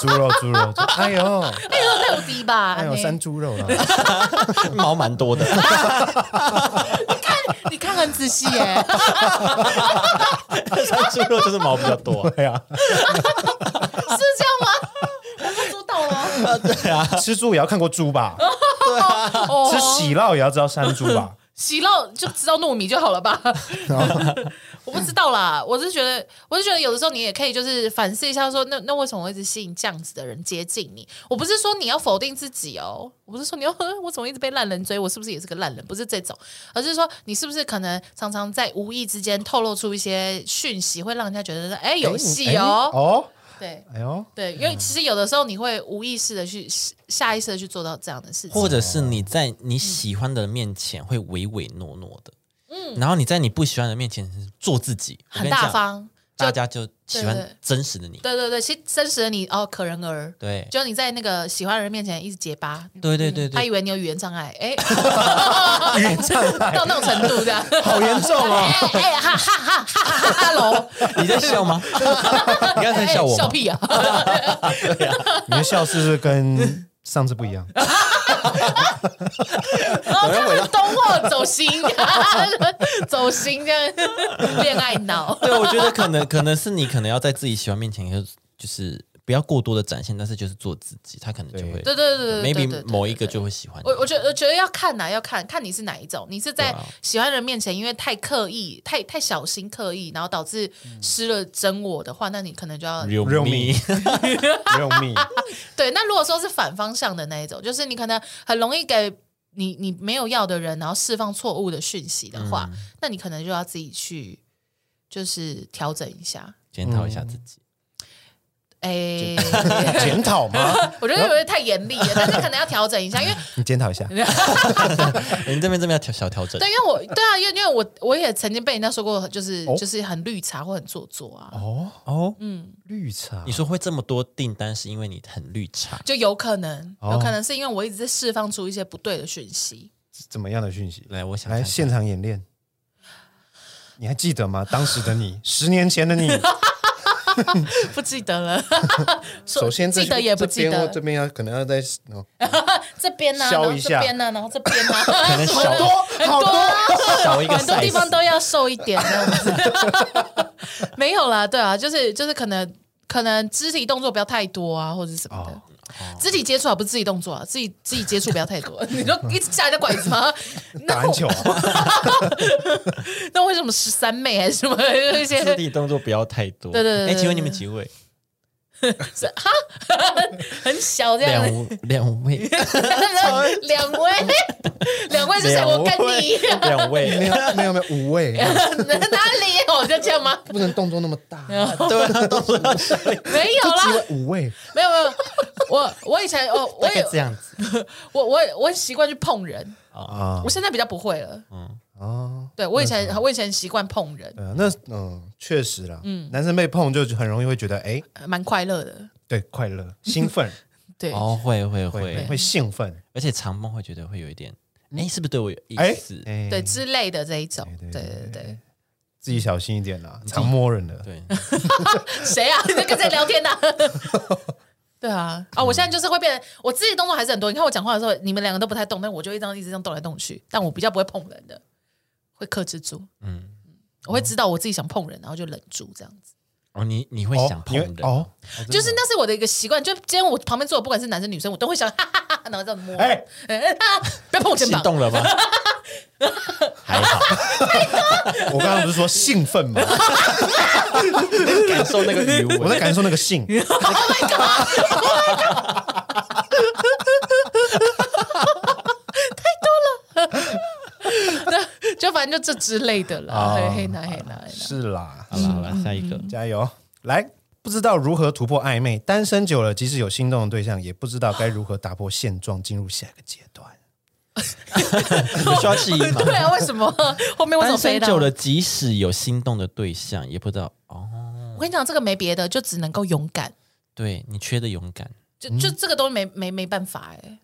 Speaker 3: 猪肉，猪肉，猪哎 呦，
Speaker 2: 六 D 吧，
Speaker 3: 哎呦，
Speaker 2: 啊你
Speaker 3: 山猪肉了，
Speaker 1: 毛蛮多的，
Speaker 2: 哎你看很仔细耶，
Speaker 1: 山 猪肉就是毛比较多。
Speaker 3: 对啊，
Speaker 2: 是这样吗？ 我不啊知道吗？
Speaker 3: 吃猪也要看过猪吧，
Speaker 2: 哦
Speaker 3: 吃喜酪也要知道山猪吧，
Speaker 2: 喜酪就知道糯米就好 了吧？
Speaker 1: 哦
Speaker 2: 我不知道啦，我是觉得，我是觉得有的时候你也可以就是反思一下说那那为什么我一直吸引这样子的人接近你？我不是说你要否定自己哦，我不是说你要 我怎么一直被烂人追，我是不是也是个烂人？不是这种，而是说你是不是可能常常在无意之间透露出一些讯息，会让人家觉得说哎 有戏
Speaker 3: 哎
Speaker 2: 哦，
Speaker 3: 哦，
Speaker 2: 对。
Speaker 3: 哎呦，
Speaker 2: 对，因为其实有的时候你会无意识的去下意识的去做到这样的事情，
Speaker 1: 或者是你在你喜欢的人面前会唯唯诺诺的，嗯，然后你在你不喜欢的人面前做自己，我跟
Speaker 2: 很
Speaker 1: 你
Speaker 2: 大
Speaker 1: 讲，
Speaker 2: 方。
Speaker 1: 大家就喜
Speaker 2: 对对
Speaker 1: 欢真实的你。
Speaker 2: 对对对，其实真实的你哦，可人儿，
Speaker 1: 对
Speaker 2: 就你在那个喜欢的人面前一直结巴，
Speaker 1: 对对对
Speaker 2: 他
Speaker 1: 对
Speaker 2: 以，为你有语言障碍， 哎，
Speaker 3: 语言障碍
Speaker 2: 到那种程度这样。
Speaker 3: 好严重
Speaker 1: 啊
Speaker 2: 哎
Speaker 3: 哦，
Speaker 2: 哎哈哈哈哈哈哈 喽！
Speaker 1: 你在笑 吗？你刚才
Speaker 2: 哎
Speaker 1: 笑我
Speaker 2: 笑
Speaker 1: 吗？
Speaker 2: 屁啊！
Speaker 3: 你的笑是不是跟上次不一样？
Speaker 2: 然后他们懂我走心，啊 走心这样，恋爱脑。
Speaker 1: 对，我觉得可能可能是你可能要在自己喜欢面前，就是就是不要过多的展现，但是就是做自己，他可能就会
Speaker 2: 对对对对对对对
Speaker 1: maybe
Speaker 2: 对
Speaker 1: 某一个就会喜欢你
Speaker 2: 我。我觉得我觉得要看啊哪、要看看你是哪一种，你是在
Speaker 1: 对啊
Speaker 2: 喜欢人面前，因为太刻意、太太小心刻意，然后导致
Speaker 1: 嗯
Speaker 2: 失了真我的话，那你可能就要
Speaker 1: Real
Speaker 3: Real
Speaker 1: me，
Speaker 3: 用命，
Speaker 2: 对。那如果说是反方向的那一种，就是你可能很容易给你你没有要的人，然后释放错误的讯息的话，
Speaker 1: 嗯
Speaker 2: 那你可能就要自己去就是调整一下。
Speaker 1: 检讨一下自己。
Speaker 2: 哎，
Speaker 3: 检讨吗？
Speaker 2: 我觉得有点太严厉了，但是可能要调整一下，因为
Speaker 3: 你检讨一下。
Speaker 1: 哎你这边这边要调小调整
Speaker 2: 嗯对，因为我对啊，因为因为我我也曾经被人家说过，就是、
Speaker 3: 哦
Speaker 2: 就是很绿茶或很做作啊，
Speaker 3: 哦哦，嗯，绿茶
Speaker 1: 你，说会这么多订单，是因为你很绿茶，
Speaker 2: 就有可能，
Speaker 3: 哦
Speaker 2: 有可能是因为我一直在释放出一些不对的讯息。
Speaker 3: 怎么样的讯息？
Speaker 1: 来，我想
Speaker 3: 来
Speaker 1: 看
Speaker 3: 现
Speaker 1: 看
Speaker 3: 场演练，你还记得吗？当时的你，十年前的你，
Speaker 2: 不记得了。说
Speaker 3: 首先这
Speaker 2: 记得也不记
Speaker 3: 这边
Speaker 2: 得
Speaker 3: 或这边要可能要再哦
Speaker 2: 这边呢、
Speaker 3: 消
Speaker 2: 然后
Speaker 3: 一
Speaker 2: 这
Speaker 3: 下
Speaker 2: 边呢、然后这边呢、
Speaker 1: 可能 小
Speaker 3: 好多
Speaker 1: 少一个
Speaker 2: 很多地
Speaker 1: size
Speaker 2: 方都要瘦一点这样 子。没有啦，对啊，就是就是可能可能肢体动作不要太多啊，或者什么的。
Speaker 3: 哦
Speaker 2: 肢体接触啊，不是肢体动作啊，自己自己接触不要太 多。你就一直架人家拐子吗？那
Speaker 3: 打篮球啊，
Speaker 2: 那为什么十三妹还是 什么？就是一些
Speaker 1: 肢体动作不要太多。
Speaker 2: 对对对
Speaker 1: 哎，请问
Speaker 2: 对
Speaker 1: 你们几位？
Speaker 2: 很小这样
Speaker 1: 两
Speaker 2: 的。
Speaker 1: 两 位，
Speaker 2: 两位，两位是谁？我跟你一 样，
Speaker 1: 两
Speaker 3: 没
Speaker 1: 位，
Speaker 3: 有没有没有五位，
Speaker 2: 哪里有就这样吗？
Speaker 3: 不能动作那么大，
Speaker 2: 嗯
Speaker 1: 对啊，动作
Speaker 2: 没有啦
Speaker 3: 几，位五位，
Speaker 2: 没有没有，我我以前哦，我
Speaker 1: 大概
Speaker 2: 也
Speaker 1: 这样子。
Speaker 2: 我我也我很习惯去碰人，
Speaker 3: 啊
Speaker 2: 我现在比较不会了。
Speaker 3: 哦，
Speaker 2: 对我以前我以前习惯碰人，
Speaker 3: 对啊，那嗯，确实啦，嗯，男生被碰就很容易会觉得，哎，
Speaker 2: 呃蛮快乐的。
Speaker 3: 对，快乐、兴奋，
Speaker 2: 对，
Speaker 1: 哦，会会
Speaker 3: 会
Speaker 1: 会，
Speaker 3: 会兴奋，
Speaker 1: 而且长梦会觉得会有一点，
Speaker 2: 嗯
Speaker 1: 哎，是不是对我有意
Speaker 3: 哎
Speaker 1: 思？
Speaker 3: 哎，
Speaker 2: 对之类的这一种，对
Speaker 3: 对对
Speaker 2: 对对。
Speaker 3: 自己小心一点啦，常摸人的，
Speaker 1: 对，
Speaker 2: 谁 啊？你在跟谁聊天呢、对啊，啊，我现在就是会变成我自己动作还是很多。你看我讲话的时候，你们两个都不太动，但我就一张一直这样动来动去。但我比较不会碰人的，会克制住。
Speaker 1: 嗯
Speaker 2: 嗯，我会知道我自己想碰人，然后就忍住这样子。
Speaker 1: 哦，你你会
Speaker 3: 哦
Speaker 1: 想
Speaker 3: 你
Speaker 1: 碰
Speaker 3: 会
Speaker 1: 人
Speaker 3: 哦，
Speaker 2: 就是那是我的一个习惯。就今天我旁边坐的，不管是男生女生，我都会想哈哈哈哈，然后这样摸。
Speaker 3: 哎，
Speaker 2: 不要碰我肩
Speaker 1: 心
Speaker 2: 膀。
Speaker 1: 动了吗？还好，
Speaker 3: 我刚刚不是说兴奋吗？
Speaker 1: 感受那个余
Speaker 3: 我
Speaker 1: 温
Speaker 3: 在。感受那个性，
Speaker 2: 就反正就这之类的啦，
Speaker 3: 哦
Speaker 2: 黑黑男黑男 黑男，
Speaker 3: 是啦，
Speaker 1: 好了好
Speaker 3: 嗯
Speaker 1: 了，下一个，
Speaker 3: 加油！来，不知道如何突破暧昧，单身久了，即使有心动的对象，也不知道该如何打破现状，进入下一个阶段。
Speaker 1: 你们需要质疑 吗？
Speaker 2: 对啊，为什么后面为什么
Speaker 1: 单
Speaker 2: 飞
Speaker 1: 身
Speaker 2: 到？
Speaker 1: 久了，即使有心动的对象，也不知道哦。
Speaker 2: 我跟你讲，这个没别的，就只能够勇敢，
Speaker 1: 对你缺的勇敢，
Speaker 2: 就就
Speaker 1: 嗯
Speaker 2: 这个都没没没办法哎、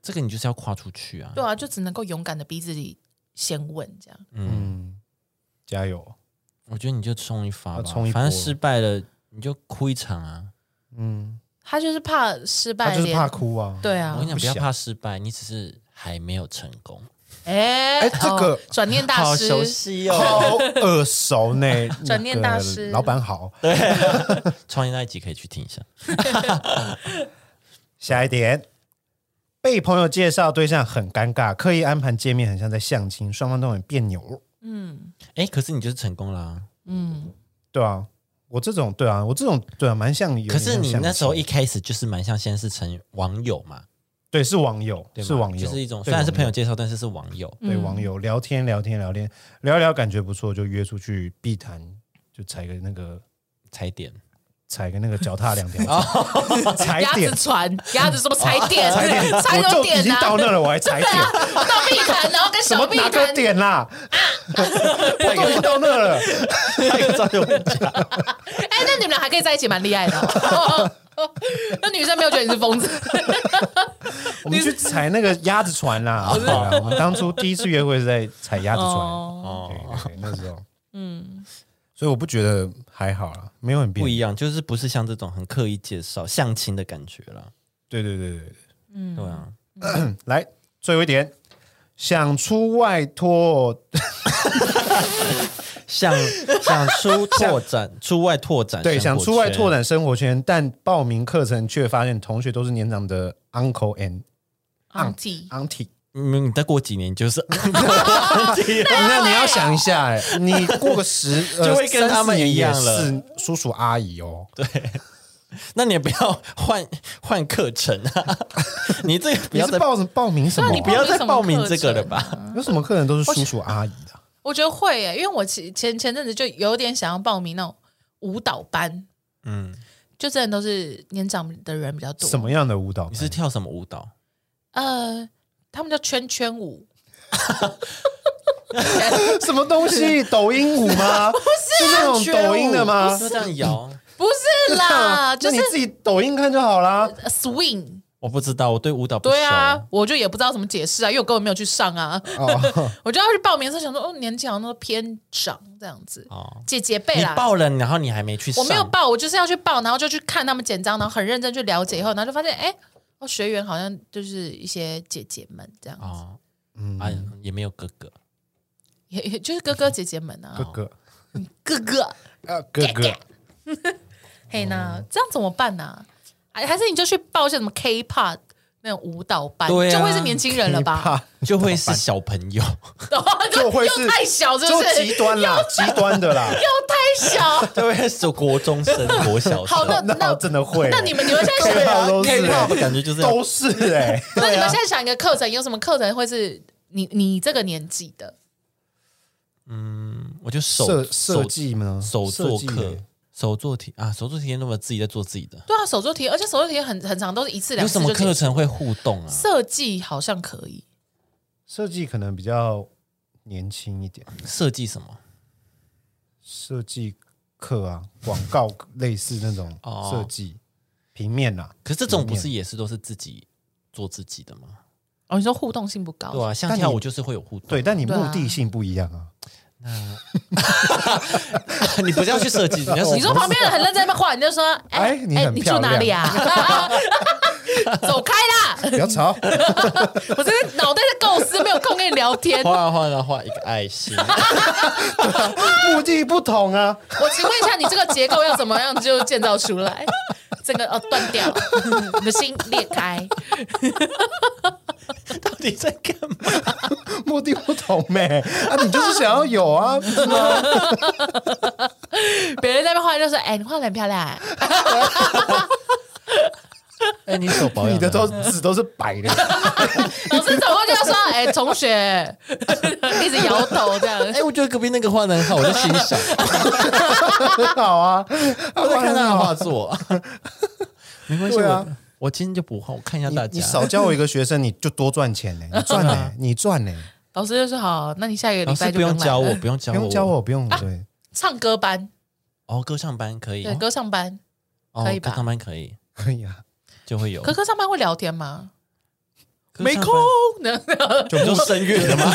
Speaker 1: 这个你就是要跨出去啊。
Speaker 2: 对
Speaker 3: 嗯
Speaker 2: 啊，就只能够勇敢的逼自己先问这样。
Speaker 1: 嗯，
Speaker 3: 嗯，加油！
Speaker 1: 我觉得你就冲一发
Speaker 3: 要
Speaker 1: 吧，
Speaker 3: 冲一波
Speaker 1: 反正失败了你就哭一场啊。
Speaker 3: 嗯，
Speaker 2: 他就是怕失
Speaker 3: 他
Speaker 2: 败，
Speaker 3: 就是
Speaker 2: 连
Speaker 3: 怕哭啊。，
Speaker 2: 对
Speaker 1: 我
Speaker 2: 啊
Speaker 1: 跟你，讲，
Speaker 3: 不
Speaker 1: 不要
Speaker 3: 想
Speaker 1: 怕失败，你只是还没有成功。
Speaker 2: 哎
Speaker 3: 哎这个
Speaker 2: 哦转念大
Speaker 1: 好
Speaker 2: 师，。
Speaker 1: 熟悉哦，
Speaker 3: 好耳熟呢
Speaker 2: 转念大师
Speaker 3: 那个老板好。
Speaker 1: 创业那一集可以去听一下。
Speaker 3: 下一点，被朋友介绍对象很尴尬，刻意安排见面，很像在相亲，双方都很别扭。
Speaker 2: 嗯
Speaker 1: 哎，可是你就是成功啦、啊。
Speaker 2: 嗯，
Speaker 3: 对啊，我这种对啊，我这种对啊，蛮像有点
Speaker 1: 可
Speaker 3: 像相
Speaker 1: 是
Speaker 3: 亲。
Speaker 1: 你那时候一开始就是蛮像，现在是成网友嘛，
Speaker 3: 对是网友，
Speaker 1: 对吗
Speaker 3: 是网友，
Speaker 1: 就是一种
Speaker 3: 对
Speaker 1: 虽然是
Speaker 3: 网友
Speaker 1: 朋友介绍，但是是网友。
Speaker 3: 对网
Speaker 2: 嗯
Speaker 3: 友聊天聊天聊天聊一聊，感觉不错，就约出去避谈，就踩个那个
Speaker 1: 踩点，
Speaker 3: 踩个那个脚踏两条 船，踩
Speaker 2: 鸭
Speaker 3: 点
Speaker 2: 子 船，鸭子什么踩哦点，啊
Speaker 3: 踩 点，
Speaker 2: 踩
Speaker 3: 我
Speaker 2: 有
Speaker 3: 就已
Speaker 2: 点
Speaker 3: 经
Speaker 2: 呐、
Speaker 3: 到那了，我还踩点，
Speaker 2: 到碧潭，然后跟
Speaker 3: 什么
Speaker 2: 小碧
Speaker 3: 哪
Speaker 2: 潭
Speaker 3: 个 点啦？我都已经到那了，
Speaker 2: 哎、那你们俩还可以在一起，蛮厉害的 哦、那女生没有觉得你是疯子，
Speaker 3: 我们去踩那个鸭子船啦。对啊，我们当初第一次约会是在踩鸭子船，
Speaker 2: 哦
Speaker 3: 嗯
Speaker 2: 哦，
Speaker 1: 哦
Speaker 3: 对对对那时候，嗯，所以我不觉得还好啦，没有很别
Speaker 1: 不
Speaker 3: 扭
Speaker 1: 一样，就是不是像这种很刻意介绍相亲的感觉啦。
Speaker 3: 对对对对对。
Speaker 2: 嗯
Speaker 1: 对啊，
Speaker 3: 来，最后一点，想出外拓，
Speaker 1: 想想出拓展，出外拓展，
Speaker 3: 对，想出外拓
Speaker 1: 展，
Speaker 3: 展生活圈，但报名课程却发现同学都是年长的 uncle and
Speaker 2: 昂 T，
Speaker 3: auntie。
Speaker 1: 嗯，你再过几年 就是
Speaker 3: 那你要想一下，哎，你过个十，呃
Speaker 1: 就会跟他们一样了
Speaker 3: 三四年也是叔叔阿姨哦。
Speaker 1: 那你也不要换换课程啊！你这个不
Speaker 3: 你
Speaker 1: 要
Speaker 3: 是
Speaker 1: 再
Speaker 3: 报什报名什么
Speaker 2: 那
Speaker 3: 啊？
Speaker 2: 你
Speaker 1: 不要再报名
Speaker 2: 报名
Speaker 1: 这个了
Speaker 2: 什么
Speaker 1: 吧？
Speaker 3: 有什么客人都是叔叔阿姨的？
Speaker 2: 我觉得会耶，因为我前前前阵子就有点想要报名那种舞蹈班，
Speaker 1: 嗯，
Speaker 2: 就真的都是年长的人比较多。
Speaker 3: 什么样的舞蹈班？
Speaker 1: 你是跳什么舞蹈？
Speaker 2: 呃，他们叫圈圈舞，
Speaker 3: 什么东西？抖音舞 吗？不是、那种抖音的吗？
Speaker 1: 就这样摇？
Speaker 2: 不是 啦，就
Speaker 3: 那
Speaker 2: 是
Speaker 3: 你自己抖音看就好啦。
Speaker 2: 呃 swing。
Speaker 1: 我不知道，我对舞蹈不熟。
Speaker 2: 对啊，我就也不知道怎么解释啊，因为我根本没有去上啊。
Speaker 3: 哦，
Speaker 2: 我就要去报名的时候想说，哦，年纪好像都偏长这样子，
Speaker 1: 哦，
Speaker 2: 姐姐辈
Speaker 1: 你
Speaker 2: 啦。
Speaker 1: 报了，然后你还没去上，
Speaker 2: 我没有报，我就是要去报，然后就去看他们简章，然后很认真去了解以后，然后就发现，哎，哦，学员好像就是一些姐姐们这样，
Speaker 1: 哦，
Speaker 3: 嗯，
Speaker 1: 哎，也没有哥哥，
Speaker 2: 也也就是哥哥姐姐们啊
Speaker 3: 哥，哥，
Speaker 2: 哥哥，
Speaker 3: 呃，哥哥，
Speaker 2: 嘿那这样怎么办呢？哎，还是你就去报一些什么 K-pop 那种舞蹈班，
Speaker 1: 对啊
Speaker 2: 就会是年轻人了吧？
Speaker 3: 吧？
Speaker 1: 就会是小朋 友，
Speaker 3: 就会是
Speaker 2: 又太小，是
Speaker 3: 就
Speaker 2: 不是？
Speaker 3: 极端啦，极端的啦。
Speaker 2: 又太小。
Speaker 1: 就会是国中 生、国小生。
Speaker 2: 好的那
Speaker 3: 哦那我真的会，
Speaker 2: 那你们你们现在
Speaker 3: 对
Speaker 2: 想，
Speaker 3: 啊都是
Speaker 1: K-pop 感觉就是
Speaker 3: 都是哎，
Speaker 2: 那你们现在想一个课程，有什么课程会是你你这个年纪的？
Speaker 1: 我就手
Speaker 3: 设设计呢，
Speaker 1: 手做
Speaker 3: 设计
Speaker 1: 课、手做题啊，手做题那么自己在做自己的，
Speaker 2: 对啊，手作题，而且手作题很很长，都是一次两
Speaker 1: 有
Speaker 2: 次
Speaker 1: 什
Speaker 2: 就
Speaker 1: 么
Speaker 2: 结束
Speaker 1: 课程会互动啊？
Speaker 2: 设计好像可以，
Speaker 3: 设计可能比较年轻一点，
Speaker 1: 设计什么？
Speaker 3: 设计课啊，广告类似那种
Speaker 1: 哦
Speaker 3: 设计，平面啊啦。
Speaker 1: 可是这种不是也是都是自己做自己的吗？
Speaker 2: 哦，你说互动性不高，
Speaker 1: 对啊，像
Speaker 3: 但你
Speaker 1: 跳舞就是会有互动。
Speaker 3: 对，但你
Speaker 2: 对啊
Speaker 3: 目的性不一样 啊。
Speaker 1: 你不是要 去设哦计，你要是
Speaker 2: 你说旁边人很认真在那边画，你就说，
Speaker 3: 哎
Speaker 2: 哎
Speaker 3: 你
Speaker 2: 哎，
Speaker 3: 很
Speaker 2: 你
Speaker 3: 漂
Speaker 2: 住哪里啊？ 走开啦！
Speaker 3: 不要吵，
Speaker 2: 我这个脑袋在构思，没有空跟你聊天。
Speaker 1: 画画然后画一个爱心，
Speaker 3: 目的不同啊。
Speaker 2: 我请问一下，你这个结构要怎么样就建造出来？整个哦断掉，你的心裂开。
Speaker 1: 到底在干嘛？
Speaker 3: 目的不同呗、啊，你就是想要 有啊，不是吗？
Speaker 2: 别人在那边画就说：“哎、你画的很漂亮。
Speaker 1: 哎，你手保养
Speaker 3: 你的
Speaker 1: 得
Speaker 3: 都
Speaker 1: 很
Speaker 3: 纸都是白的。”
Speaker 2: 老师走过去就说：“哎、同学，一直摇头 这样。
Speaker 1: 哎，我觉得隔壁那个画的很好，我就欣赏，
Speaker 3: 很好啊，
Speaker 1: 我在看他的画
Speaker 3: 啊，
Speaker 1: 作。 没关系，
Speaker 3: 对啊
Speaker 1: 我我今天就不画，我看一下
Speaker 3: 你
Speaker 1: 大家。
Speaker 3: 你少教我一个学生，你就多赚钱 呢、你赚呢、你赚 呢、”
Speaker 2: 老师就说：“好，那你下一个
Speaker 1: 老
Speaker 2: 礼拜
Speaker 1: 师
Speaker 2: 就
Speaker 1: 不用
Speaker 2: 来
Speaker 1: 教
Speaker 2: 了
Speaker 1: 我，不用教
Speaker 3: 不
Speaker 1: 我，
Speaker 3: 用教我，不啊用对，
Speaker 2: 唱歌班，
Speaker 1: 哦，歌唱班可以，
Speaker 2: 对，歌唱班。
Speaker 1: 哦
Speaker 2: 可以吧
Speaker 1: 歌唱班可以，
Speaker 3: 可以啊，
Speaker 1: 就会有
Speaker 2: 可歌唱班会聊天吗？
Speaker 1: 歌唱班
Speaker 2: 没空，那
Speaker 1: 就不是声乐的 吗？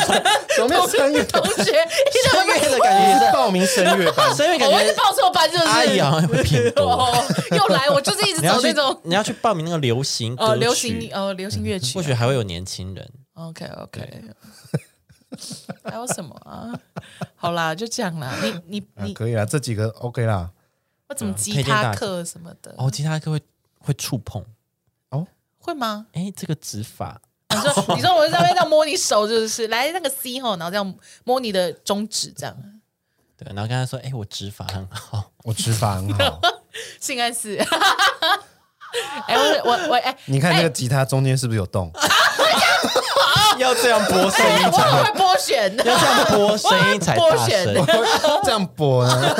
Speaker 3: 有没有声乐？
Speaker 2: 同学 一直
Speaker 1: 声乐的感觉也
Speaker 3: 你
Speaker 1: 是
Speaker 3: 是报名声乐 班，
Speaker 1: 声乐
Speaker 2: 哦我会
Speaker 1: 感觉
Speaker 2: 报错班，是不是？
Speaker 1: 阿姨好像会偏多。
Speaker 2: 哦，又来，我就是一直
Speaker 1: 哎你要
Speaker 2: 走
Speaker 1: 去
Speaker 2: 那种
Speaker 1: 你要去报名那个流行歌
Speaker 2: 呃
Speaker 1: 曲
Speaker 2: 流行呃流行乐曲
Speaker 1: 或。许还会有年轻人。
Speaker 2: OK OK，还有什么啊？好啦，就这样啦。你你
Speaker 3: 啊
Speaker 2: 你，
Speaker 3: 可以啊，这几个 OK 啦。
Speaker 2: 我怎么
Speaker 1: 推
Speaker 2: 吉
Speaker 1: 荐大
Speaker 2: 他
Speaker 1: 家
Speaker 2: 课什么的
Speaker 1: 哦，吉他课会会触碰，
Speaker 2: 会吗？
Speaker 1: 哎，这个指法
Speaker 2: 你说，你说我在那边这样摸你手，就是来那个 C 吼，然后这样摸你的中指，这样
Speaker 1: 对，然后跟他说，哎，我指法很好，
Speaker 3: 我吃法很 好，
Speaker 2: 性暗示。 哎、我我我哎，
Speaker 3: 你看那个吉他中间是不是有洞？
Speaker 1: 要 这样播声
Speaker 2: 哎、我很会剥选的，
Speaker 1: 要这样播声音才大声。
Speaker 2: 我
Speaker 3: 这样拨呢？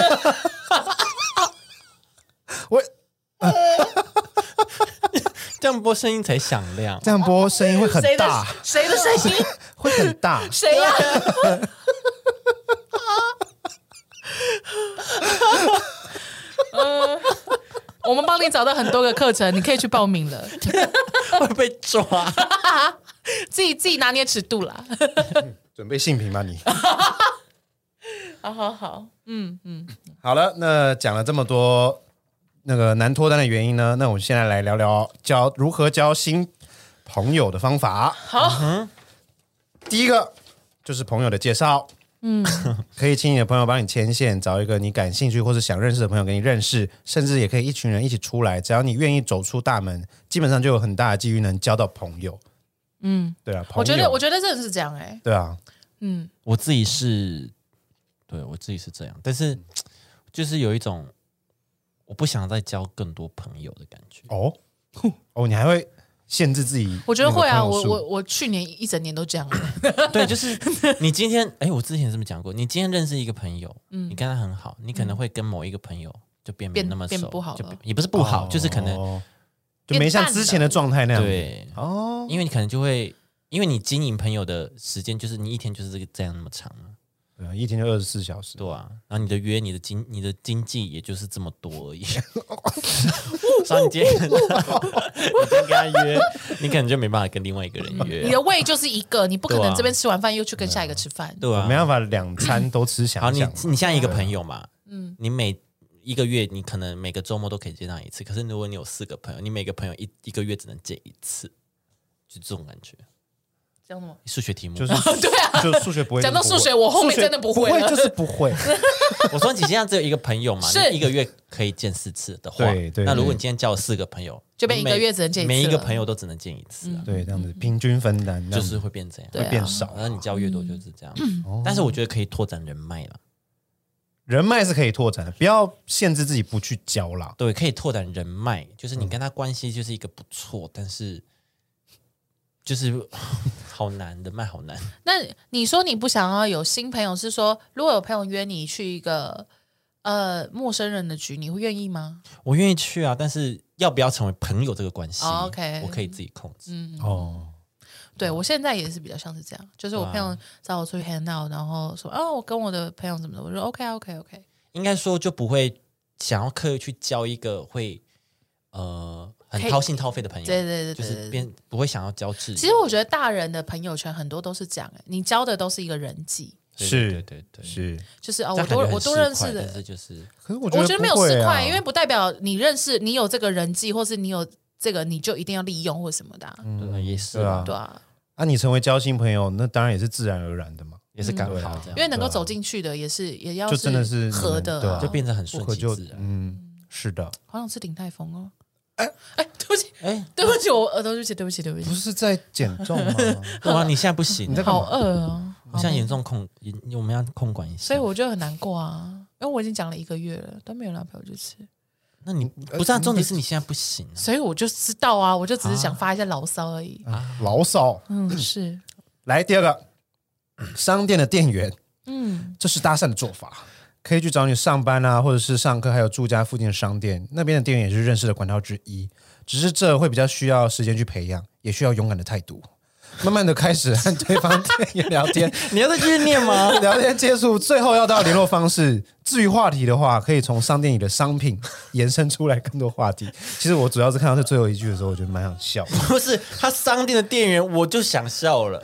Speaker 3: 我
Speaker 1: 这样播声音才响亮
Speaker 3: 这。样拨声音会很
Speaker 2: 谁的
Speaker 3: 大，
Speaker 2: 谁的声音？
Speaker 3: 会很大。
Speaker 2: 谁呀、 呃我们帮你找到很多个课程，你可以去报名了，
Speaker 1: 会被抓。
Speaker 2: 自己自己拿捏尺度啦。
Speaker 3: 准备性平吧你。
Speaker 2: 好好好，嗯嗯，
Speaker 3: 好了，那讲了这么多那个难脱单的原因呢，那我们现在来聊聊交如何交新朋友的方法。
Speaker 1: 啊
Speaker 2: 好，
Speaker 3: 第一个就是朋友的介绍，嗯， 可以请你的朋友帮你牵线，找一个你感兴趣或是想认识的朋友给你认识，甚至也可以一群人一起出来，只要你愿意走出大门，基本上就有很大的机遇能交到朋友。嗯，对啊，朋友
Speaker 2: 我觉得我觉得真的是这样哎、
Speaker 3: 对啊，
Speaker 2: 嗯，
Speaker 1: 我自己是，对我自己是这样，但是就是有一种我不想再交更多朋友的感觉。
Speaker 3: 哦，哦，你还会限制自己？
Speaker 2: 我觉得会啊，我我
Speaker 3: 我
Speaker 2: 我去年一整年都这样。
Speaker 1: 对，就是你今天，哎，我之前是不是讲过？你今天认识一个朋友，你跟他很好，你可能会跟某一个朋友就变没
Speaker 2: 嗯变
Speaker 1: 那么熟，
Speaker 2: 变不好
Speaker 1: 就
Speaker 2: 了
Speaker 1: 也不是不好，就是可能
Speaker 3: 能哦就没像之前的状态那样。，
Speaker 1: 对，
Speaker 3: 哦，
Speaker 1: 因为你可能就会，因为你经营朋友的时间，就是你一天就是这个这样那么长啊，
Speaker 3: 对啊一天就二十四小时，
Speaker 1: 对啊，然后你的约、你的经、你的经济也就是这么多而 已。所以你今天，你今天跟他约，你可能就没办法跟另外一个人
Speaker 2: 你
Speaker 1: 约啊，
Speaker 2: 的胃就是一个，你不可
Speaker 1: 对啊
Speaker 2: 能这边吃完饭又去跟下一个吃饭。
Speaker 1: 对啊
Speaker 3: 没。办法两餐都吃
Speaker 1: 好，
Speaker 3: 想
Speaker 1: 你
Speaker 3: 想。
Speaker 1: 你像一个朋友嘛，
Speaker 2: 嗯
Speaker 1: 你每一个月你可能每个周末都可以见到一次，可是如果你有四个朋友，你每个朋友一一个月只能见一次，就这种感觉。
Speaker 2: 这样的吗？
Speaker 1: 数学题目
Speaker 3: 就是
Speaker 2: 对啊，
Speaker 3: 就数学不会，
Speaker 2: 讲到
Speaker 3: 就是不会
Speaker 2: 数学我后面
Speaker 3: 数学
Speaker 2: 真的不
Speaker 3: 不
Speaker 2: 会了
Speaker 3: 就是 不会。
Speaker 1: 我说你现在只有一个朋友嘛，
Speaker 2: 是
Speaker 1: 你一个月可以见四次的话，
Speaker 3: 对对
Speaker 1: 那如果你今天叫我四个朋友，
Speaker 2: 就变
Speaker 1: 你
Speaker 2: 一个
Speaker 1: 每
Speaker 2: 月只能见一次
Speaker 1: 每一个
Speaker 2: 了
Speaker 1: 朋友都只能见一次啊，
Speaker 3: 对，这样子平均分担，
Speaker 1: 就
Speaker 3: 这样子
Speaker 1: 是会变这样。
Speaker 2: 对嗯
Speaker 3: 会
Speaker 2: 啊
Speaker 3: 变少
Speaker 1: 然。后你交越多就是这样，但是我觉得可以拓展人脉了，
Speaker 3: 人脉是可以拓展的，不要限制自己不去交啦。
Speaker 1: 对，可以拓展人脉，就是
Speaker 3: 嗯
Speaker 1: 你跟他关系就是一个不错，但是就是 好难人脉好难。
Speaker 2: 那你说你不想要有新朋友，是说如果有朋友约你去一个呃陌生人的局，你会愿意吗？
Speaker 1: 我愿意去啊，但是要不要成为朋友这个关系、
Speaker 2: 哦，OK 嗯
Speaker 1: 我可以自己控制。
Speaker 3: 哦，
Speaker 2: 对我现在也是比较像是这样，就是我朋友找我出去 hang out，然后说哦，我跟我的朋友怎么的，我说 OK 啊 OK OK，
Speaker 1: 应该说就不会想要刻意去交一个会呃很
Speaker 2: 可以
Speaker 1: 掏心掏肺的朋友，
Speaker 2: 对对对对
Speaker 1: 就
Speaker 2: 对
Speaker 1: 是变不会想要交挚友。
Speaker 2: 其实我觉得大人的朋友圈很多都是这样、欸，你交的都是一个人际，
Speaker 1: 对
Speaker 3: 是
Speaker 1: 对对对，
Speaker 3: 是，
Speaker 2: 就是哦，
Speaker 1: 这样
Speaker 2: 我
Speaker 1: 感觉
Speaker 2: 多
Speaker 1: 很
Speaker 2: 我多
Speaker 1: 市
Speaker 2: 认识
Speaker 1: 侩
Speaker 2: 的
Speaker 1: 但是就是
Speaker 3: 可是我
Speaker 2: 我觉得没有四
Speaker 3: 不会啊
Speaker 2: 块，因为不代表你认识你有这个人际，或是你有这个你就一定要利用或什么的啊、
Speaker 1: 对也是
Speaker 3: 对啊
Speaker 2: 对啊。
Speaker 3: 啊，你成为交心朋友，那当然也是自然而然的嘛，
Speaker 1: 也是刚
Speaker 3: 啊
Speaker 1: 好这
Speaker 2: 因为
Speaker 1: 样，
Speaker 2: 能够走进去的也是也要
Speaker 3: 就真的是
Speaker 2: 合的、
Speaker 3: 对啊
Speaker 1: 就变得很
Speaker 3: 不
Speaker 1: 顺
Speaker 3: 合
Speaker 1: 其
Speaker 3: 就
Speaker 1: 自然。
Speaker 3: 嗯，是的，
Speaker 2: 好想吃鼎泰丰哦。哎哎，对不起，
Speaker 1: 哎，
Speaker 2: 对不起，我呃，对不起，对不起，对不
Speaker 3: 不
Speaker 2: 起，
Speaker 3: 是在减重 吗？
Speaker 1: 哇，你现在不行，
Speaker 3: 你在干
Speaker 2: 好
Speaker 3: 嘛？
Speaker 2: 饿哦，
Speaker 1: 你现在严重控，我们要控管一下。
Speaker 2: 所
Speaker 3: 嗯
Speaker 2: 以我就很难过啊，因为我已经讲了一个月了，都没有男朋友去吃，
Speaker 1: 那你不是啊？重点是你现在不行啊。
Speaker 2: 所以我就知道啊，我就只是想发一下牢骚而已。
Speaker 3: 牢骚。
Speaker 2: 嗯，是，
Speaker 3: 来第二个，商店的店员，
Speaker 2: 嗯，
Speaker 3: 这是搭讪的做法。可以去找你上班啊，或者是上课，还有住家附近的商店，那边的店员也是认识的管道之一。只是这会比较需要时间去培养，也需要勇敢的态度。慢慢的开始和对方店员聊天，
Speaker 1: 你要再继续念吗？
Speaker 3: 聊天接触，最后要到联络方式。至于话题的话，可以从商店里的商品延伸出来更多话题。其实我主要是看到这最后一句的时候，我觉得蛮想笑的。
Speaker 1: 不是，他商店的店员，我就想笑 了。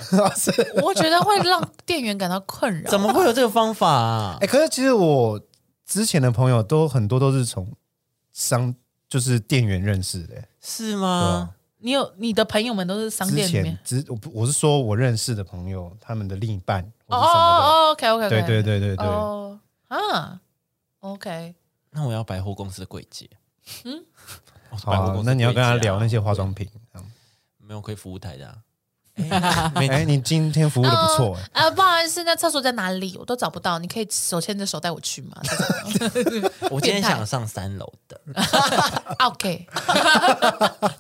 Speaker 2: 我觉得会让店员感到困扰。
Speaker 1: 怎么会有这个方法啊
Speaker 3: 哎、？可是其实我之前的朋友都很多都是从商就是店员认识的、
Speaker 1: 是
Speaker 3: 啊
Speaker 1: 吗？
Speaker 2: 你有你的朋友们都是商
Speaker 3: 之
Speaker 2: 店里面
Speaker 3: 前？只我不我是说我认识的朋友，他们的另一半或
Speaker 2: 哦
Speaker 3: 者什么
Speaker 2: 哦，OK OK，
Speaker 3: 的，对对对对对，
Speaker 2: 哦啊，OK，
Speaker 1: 那我要百货公司的柜姐。嗯，
Speaker 3: 好
Speaker 1: 百货
Speaker 3: 啊、
Speaker 1: 公司的柜姐啊
Speaker 3: 那你要跟他聊那些化妆品。
Speaker 1: 没有可以服务台的啊？
Speaker 3: 哎、你今天服务的不错、哎
Speaker 2: 啊，不好意思，那厕所在哪里？我都找不到，你可以手牵着手带我去吗
Speaker 1: 我今天想上三楼的，
Speaker 2: ？OK，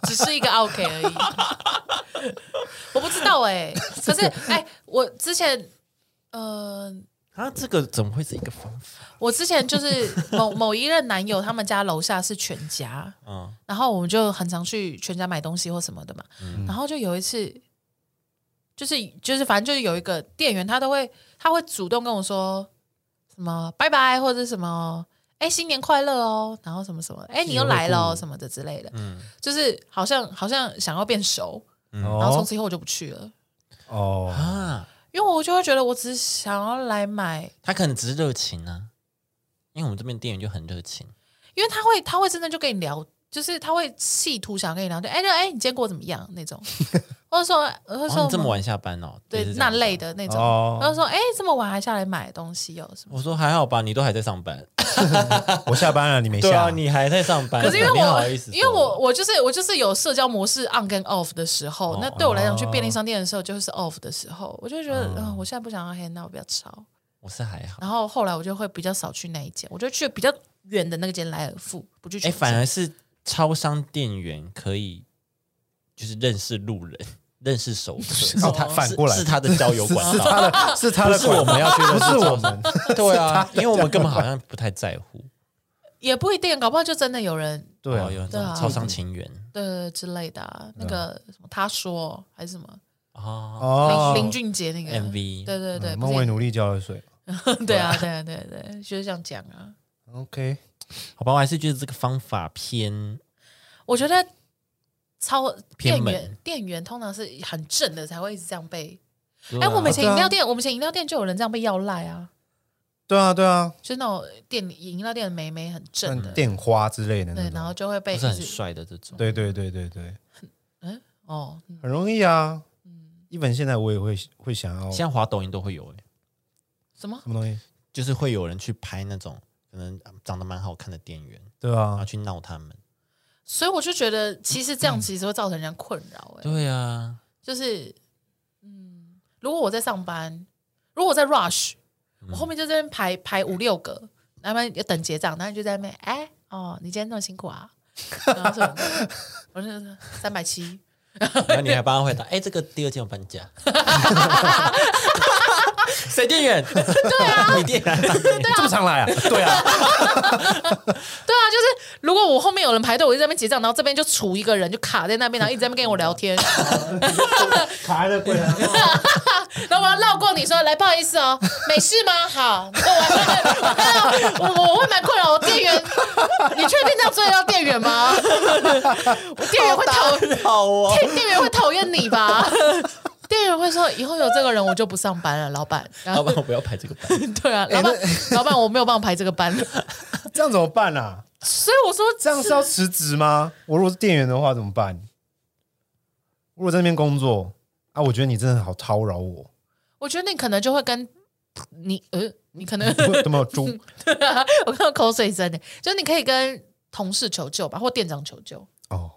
Speaker 2: 只是一个 OK 而已，我不知道哎、可是哎、我之前呃，
Speaker 1: 啊，这个怎么会是一个方法？
Speaker 2: 我之前就是某 某一任男友，他们家楼下是全家，
Speaker 1: 嗯，
Speaker 2: 然后我们就很常去全家买东西或什么的嘛。然后就有一次，就是就是反正就是有一个店员，他都会他会主动跟我说什么拜拜或者什么。哎，新年快乐哦！然后什么什么，哎，你又来了、哦、什么的之类的，
Speaker 1: 嗯
Speaker 2: 就是好像好像想要变熟，然后从
Speaker 3: 哦
Speaker 2: 此以后我就不去了，
Speaker 3: 哦，
Speaker 1: 啊，
Speaker 2: 因为我就会觉得我只是想要来买，
Speaker 1: 他可能只是热情啊，因为我们这边店员就很热情，
Speaker 2: 因为他会他会真的就跟你聊，就是他会企图想跟你聊天，哎，就哎，你今天过得怎么样那种， 或者说或者
Speaker 1: 哦，
Speaker 2: 说
Speaker 1: 你这么晚下班哦，
Speaker 2: 对
Speaker 1: 也是这
Speaker 2: 那
Speaker 1: 样子
Speaker 2: 类。的那种，
Speaker 3: 哦
Speaker 2: 然后说哎、这么晚还下来买东西哦什么。
Speaker 1: 我说还好吧，你都还在上班，
Speaker 3: 我下班了，你没
Speaker 1: 啊对
Speaker 3: 下，
Speaker 1: 啊，你还在上班，
Speaker 2: 可是因为
Speaker 1: 你
Speaker 2: 我
Speaker 1: 好意，思说，
Speaker 2: 因为我我就是我就是有社交模式 on 跟 off 的时
Speaker 1: 哦
Speaker 2: 候，那对我来讲去便利商店的时候就是 off 的时候，我就觉得，嗯、我现在不想要 hang out，比较吵。
Speaker 1: 我是还好，
Speaker 2: 然后后来我就会比较少去那一间，我就去比较远的那间莱尔富，不去全
Speaker 1: 哎，
Speaker 2: 家。
Speaker 1: 反而是超商店员可以就是认识路人， 认识熟客，是
Speaker 3: 哦
Speaker 1: 他
Speaker 3: 反过来
Speaker 1: 是 是他的交友管
Speaker 3: 是
Speaker 1: 道
Speaker 3: 他，的，是他的
Speaker 1: 不是我
Speaker 3: 管，
Speaker 1: 们要去
Speaker 3: 不
Speaker 1: 的
Speaker 3: 是我们，
Speaker 1: 对啊，因为我们根本好像不太在乎，
Speaker 2: 也不一定，搞不好就真的有人
Speaker 3: 对啊
Speaker 1: 哦，有那
Speaker 2: 对啊
Speaker 1: 种超商情缘
Speaker 2: 的之类的啊、
Speaker 1: 嗯
Speaker 2: 那个什么他说还是什么
Speaker 1: 哦
Speaker 3: 哦，
Speaker 2: 林林俊杰那个
Speaker 1: MV
Speaker 2: 对对对，
Speaker 3: 嗯
Speaker 2: 不
Speaker 3: 孟
Speaker 2: 是
Speaker 3: 伟努力交了水。
Speaker 2: 对啊，对啊，对啊对啊，就是这样讲啊。
Speaker 3: OK，
Speaker 1: 好吧，我还是觉得这个方法偏
Speaker 2: 我觉得超
Speaker 1: 偏
Speaker 2: 店
Speaker 1: 门
Speaker 2: 员店员通常是很正的才会一直这样被。
Speaker 1: 对
Speaker 2: 哎，
Speaker 1: 啊
Speaker 2: 我们以前
Speaker 3: 对啊
Speaker 2: 饮料店，我们以前饮料店就有人这样被要赖啊，
Speaker 3: 对啊，对啊，
Speaker 2: 就是那种店里饮料店的妹妹很正
Speaker 3: 像
Speaker 2: 的，
Speaker 3: 电花之类的那
Speaker 2: 对，
Speaker 3: 种
Speaker 2: 然后就会被
Speaker 1: 嗯不
Speaker 2: 一
Speaker 1: 是很
Speaker 2: 直
Speaker 1: 帅的这种，
Speaker 3: 对对对对对，
Speaker 2: 哦，嗯
Speaker 3: 很容易啊。一本现在我也会会想要什
Speaker 1: 现在滑抖音都会有哎、
Speaker 2: 什么？
Speaker 3: 么东西？
Speaker 1: 就是会有人去拍那种可能啊长得蛮好看的店员，
Speaker 3: 对
Speaker 1: 然后
Speaker 3: 啊，
Speaker 1: 去闹他们。
Speaker 2: 所以我就觉得，其实这样其实会造成人家困扰，哎，
Speaker 1: 对啊，
Speaker 2: 就是，嗯，如果我在上班，如果我在 rush，我后面就在那边排排五六个，然后他们要等结账，然后就在那边，哎，哦，你今天那么辛苦啊？然后说，我就三百七，
Speaker 1: 然后你还帮他回答，哎、这个第二天我搬家， 谁店员？对啊， 你店员。
Speaker 3: 这么常 来啊？对啊，
Speaker 2: 对啊，就是如果我后面有人排队，我一直在那边结账，然后这边就杵一个人就卡在那边，然后一直在那边跟我聊天，
Speaker 3: 卡在柜啊台。
Speaker 2: 然后我要绕过你说，来不好意思哦，没事吗？好，我我我我会蛮困扰，我店员，你确定这样追得到店员吗？ 我店员会讨
Speaker 1: 好哦，
Speaker 2: 店店员会讨厌你吧？店员会说以后有这个人我就不上班了，老 板。然
Speaker 1: 老
Speaker 2: 后
Speaker 1: 板，我不要排这个班。
Speaker 2: 对啊，
Speaker 3: 哎
Speaker 2: 老板，老板我没有办法排这个班，
Speaker 3: 这样怎么办啊？
Speaker 2: 所以我说
Speaker 3: 这样是要辞职吗？我如果是店员的话怎么办？如果在那边工作啊，我觉得你真的好叨扰我，
Speaker 2: 我觉得你可能就会跟你呃，你可能
Speaker 3: 都没有猪。
Speaker 2: 我看到口水声呢，欸就是你可以跟同事求救吧，或店长求救，
Speaker 3: 哦，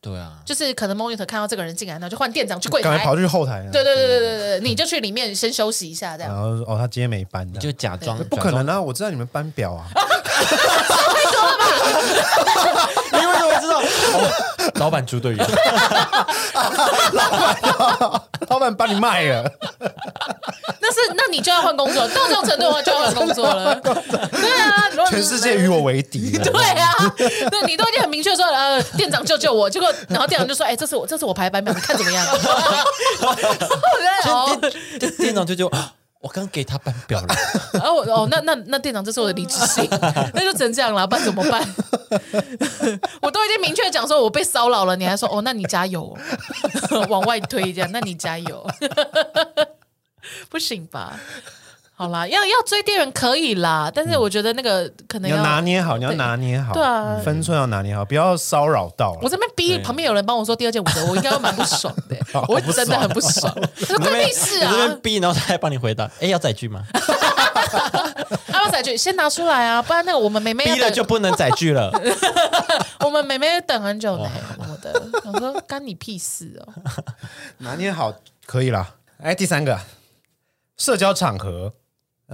Speaker 1: 对啊，
Speaker 2: 就是可能 monitor 看到这个人进来，然后就换店长去柜
Speaker 3: 赶快
Speaker 2: 台
Speaker 3: 跑。去后台了。啊
Speaker 2: 对对对对对对对，你就去里面先休息一下，这
Speaker 3: 然
Speaker 2: 样
Speaker 3: 后说哦，他今天没班的
Speaker 1: 你，就假装
Speaker 3: 不可能啊！我知道你们班表啊，
Speaker 1: 假装，你为什么知道？哦 老板猪队友，
Speaker 3: 老板把你卖 了，
Speaker 2: 那是那你就要换工作，到这种程度的话就要换工作了。对啊，如果
Speaker 3: 全世界与我为敌了。
Speaker 2: 对啊，对你都已经很明确说，呃，店长救救我，结果然后店长就说，哎、这是我这是我排版表，你看怎么样？我觉得哦，
Speaker 1: 店店长就就，啊我刚给他班表 了，
Speaker 2: 然后我 哦，那那那店长，这是我的离职 信，那就只能这样了，不然怎么办？ 我都已经明确讲说我被骚扰了，你还说哦，那你加油哦， 往外推这样，那你加油， 不行吧？好啦，要要追店员可以啦，但
Speaker 1: 嗯
Speaker 2: 是我觉得那个可
Speaker 3: 你
Speaker 2: 能
Speaker 3: 要
Speaker 2: 要
Speaker 3: 拿捏好，你要拿捏好，嗯
Speaker 2: 对啊
Speaker 3: 分寸要拿捏好，不要骚扰到
Speaker 2: 我
Speaker 3: 了。
Speaker 2: 这边逼
Speaker 1: 对
Speaker 2: 旁边有人帮我说第二件五折，我应该会蛮不爽 的、我会真的很不爽。 我说关屁事
Speaker 1: 你这
Speaker 2: 啊
Speaker 1: 边！逼，然后他还帮你回答，哎，要载具吗？
Speaker 2: 阿仔去先拿出来啊，不然那个我们妹妹要
Speaker 1: 逼了就
Speaker 2: 等，
Speaker 1: 不哎能载具 了。
Speaker 2: 我们妹妹等很久呢、我的，我说干你屁事哦！
Speaker 3: 拿捏好可以啦。哎，第三个，社交场合，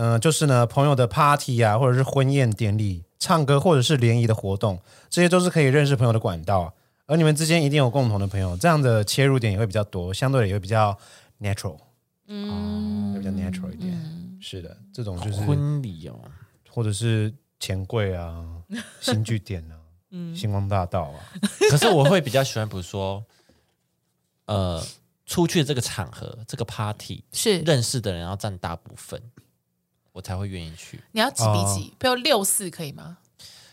Speaker 3: 嗯、就是呢，朋友的 party 啊，或者是婚宴典礼、唱歌，或者是联谊的活动，这些都是可以认识朋友的管道。而你们之间一定有共同的朋友，这样的切入点也会比较多，相对的也会比较 natural，嗯，会比较 natural 一点。
Speaker 2: 嗯
Speaker 3: 是的，这种就是
Speaker 1: 婚礼哦，
Speaker 3: 或者是钱 柜啊、新据点啊、
Speaker 2: 嗯
Speaker 3: 星光大道啊，
Speaker 1: 可是我会比较喜欢，比如说，呃，出去这个场合，这个 party，
Speaker 2: 是
Speaker 1: 认识的人要占大部分，我才会愿意去。
Speaker 2: 你要几比几？比如六四可以吗？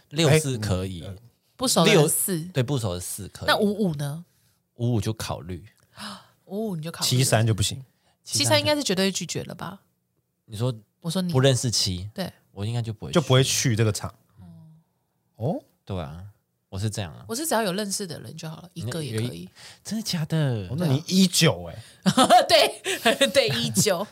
Speaker 1: 六
Speaker 3: 哎
Speaker 1: 四可以，
Speaker 3: 嗯
Speaker 2: 不熟的人四，
Speaker 1: 对不熟的四可以，
Speaker 2: 那五五呢？
Speaker 1: 五五就考虑。
Speaker 2: 五五你就考虑
Speaker 3: 岐山就不行。
Speaker 2: 七三应该是绝对拒绝了吧？
Speaker 1: 你说
Speaker 2: 我说你
Speaker 1: 不认识七，
Speaker 2: 对，
Speaker 1: 我应该就不会
Speaker 3: 就不
Speaker 1: 会
Speaker 3: 会去这个场。哦，
Speaker 1: 对啊，我是这样啊，
Speaker 2: 我是只要有认识的人就好了，一个也可以。
Speaker 1: 真的假的？
Speaker 3: 哦
Speaker 2: 啊
Speaker 3: 那你一九哎，
Speaker 2: 对对，一九。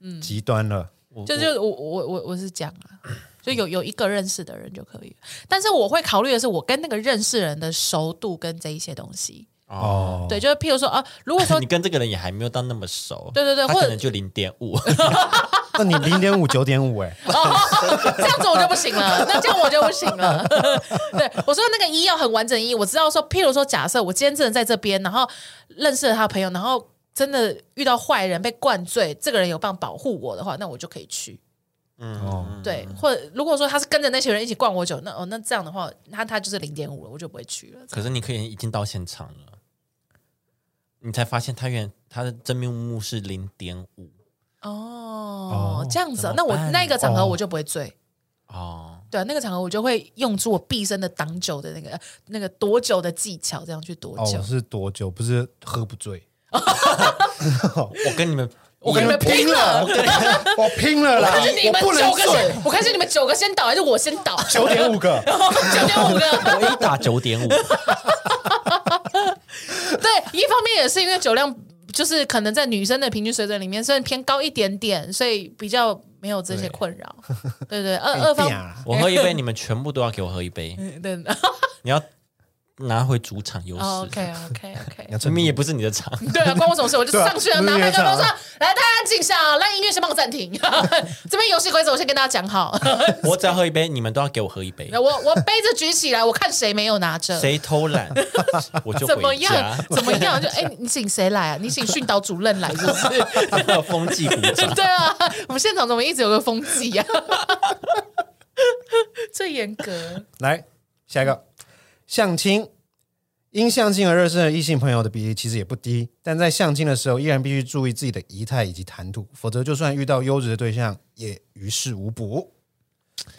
Speaker 2: 嗯
Speaker 3: 极端了。
Speaker 1: 我
Speaker 2: 就
Speaker 1: 啊我
Speaker 2: 就我我我我是讲啊，就有有一个认识的人就可以了。但是我会考虑的是，我跟那个认识人的熟度跟这一些东西。
Speaker 1: 哦，
Speaker 3: 哦，
Speaker 2: 对，就是譬如说啊，如果说
Speaker 1: 你跟这个人也还没有到那么熟，
Speaker 2: 对对对
Speaker 1: 他
Speaker 2: 或者
Speaker 1: 可能就零点 五，
Speaker 3: 那你零点五、九点五 哎，
Speaker 2: 哦， 这样子我就不行了，那这样我就不行了。 对，我说那个一要很完整一，我知道说，譬如说，假设我今天真的在这边，然后认识了他的朋友，然后真的遇到坏人被灌醉，这个人有办法保护我的话，那我就可以去。
Speaker 1: 嗯
Speaker 3: 哦，
Speaker 2: 对，或者如果说他是跟着那些人一起灌我酒，那哦，那这样的话，他他就是零点五了，我就不会去了。
Speaker 1: 可是你可以已经到现场了，你才发现他原他的真面目是零点五
Speaker 2: 哦
Speaker 3: 哦，
Speaker 2: 这样子、啊，
Speaker 1: 怎
Speaker 2: 那
Speaker 1: 么
Speaker 2: 我
Speaker 1: 办
Speaker 2: 那个场合
Speaker 3: 哦
Speaker 2: 我就不会醉。
Speaker 1: 哦，
Speaker 2: 对、啊，那个场合我就会用出我毕生的挡酒的那个那个躲酒的技巧，这样去躲
Speaker 3: 哦，
Speaker 2: 酒。
Speaker 3: 我是多久？不是喝不醉，
Speaker 1: 我跟你们，
Speaker 2: 我跟你们拼了！
Speaker 3: 我跟你们我拼了啦！
Speaker 2: 看是你
Speaker 3: 啊我
Speaker 2: 们
Speaker 3: 不能
Speaker 2: 九个
Speaker 3: 醉，
Speaker 2: 先，我看是你们九个先倒还是我先倒？
Speaker 3: 九点五个，
Speaker 2: 九点 五个。
Speaker 1: 我一打九 点五，
Speaker 2: 对，一方面也是因为酒量就是可能在女生的平均水准里面虽然偏高一点点，所以比较没有这些困扰。对对，二二方
Speaker 3: 哎呀
Speaker 1: 我喝一杯，你们全部都要给我喝一杯，
Speaker 2: 嗯 对对
Speaker 1: 你要拿回主场优势。
Speaker 2: 哦，OK OK OK。
Speaker 1: 明明也不是你的 场，
Speaker 2: 对啊，关我什么事？我就
Speaker 3: 对啊
Speaker 2: 上去了，拿
Speaker 3: 那
Speaker 2: 麦
Speaker 3: 个
Speaker 2: 克风
Speaker 3: 啥
Speaker 2: 说：“来，大家静下，啊来，音乐先帮我暂停。 这边游戏规则我先跟大家讲好。
Speaker 1: 我只要喝一杯，你们都要给我喝一杯。
Speaker 2: 我我杯子举起来，我看谁没有拿着。
Speaker 1: 谁偷 懒，我就
Speaker 2: 怎么
Speaker 1: 回
Speaker 2: 样
Speaker 1: 家。？
Speaker 2: 怎么样？就哎、你请谁来啊？你请训导主任来是不是？
Speaker 1: 风纪鼓掌，
Speaker 2: 对啊，我们现场怎么一直有个风纪呀、啊？ 最严格
Speaker 3: 来下一个相亲。因相亲而认识的异性朋友的比例其实也不低，但在相亲的时候依然必须注意自己的仪态以及谈吐，否则就算遇到优质的对象也于事无补。
Speaker 1: 我觉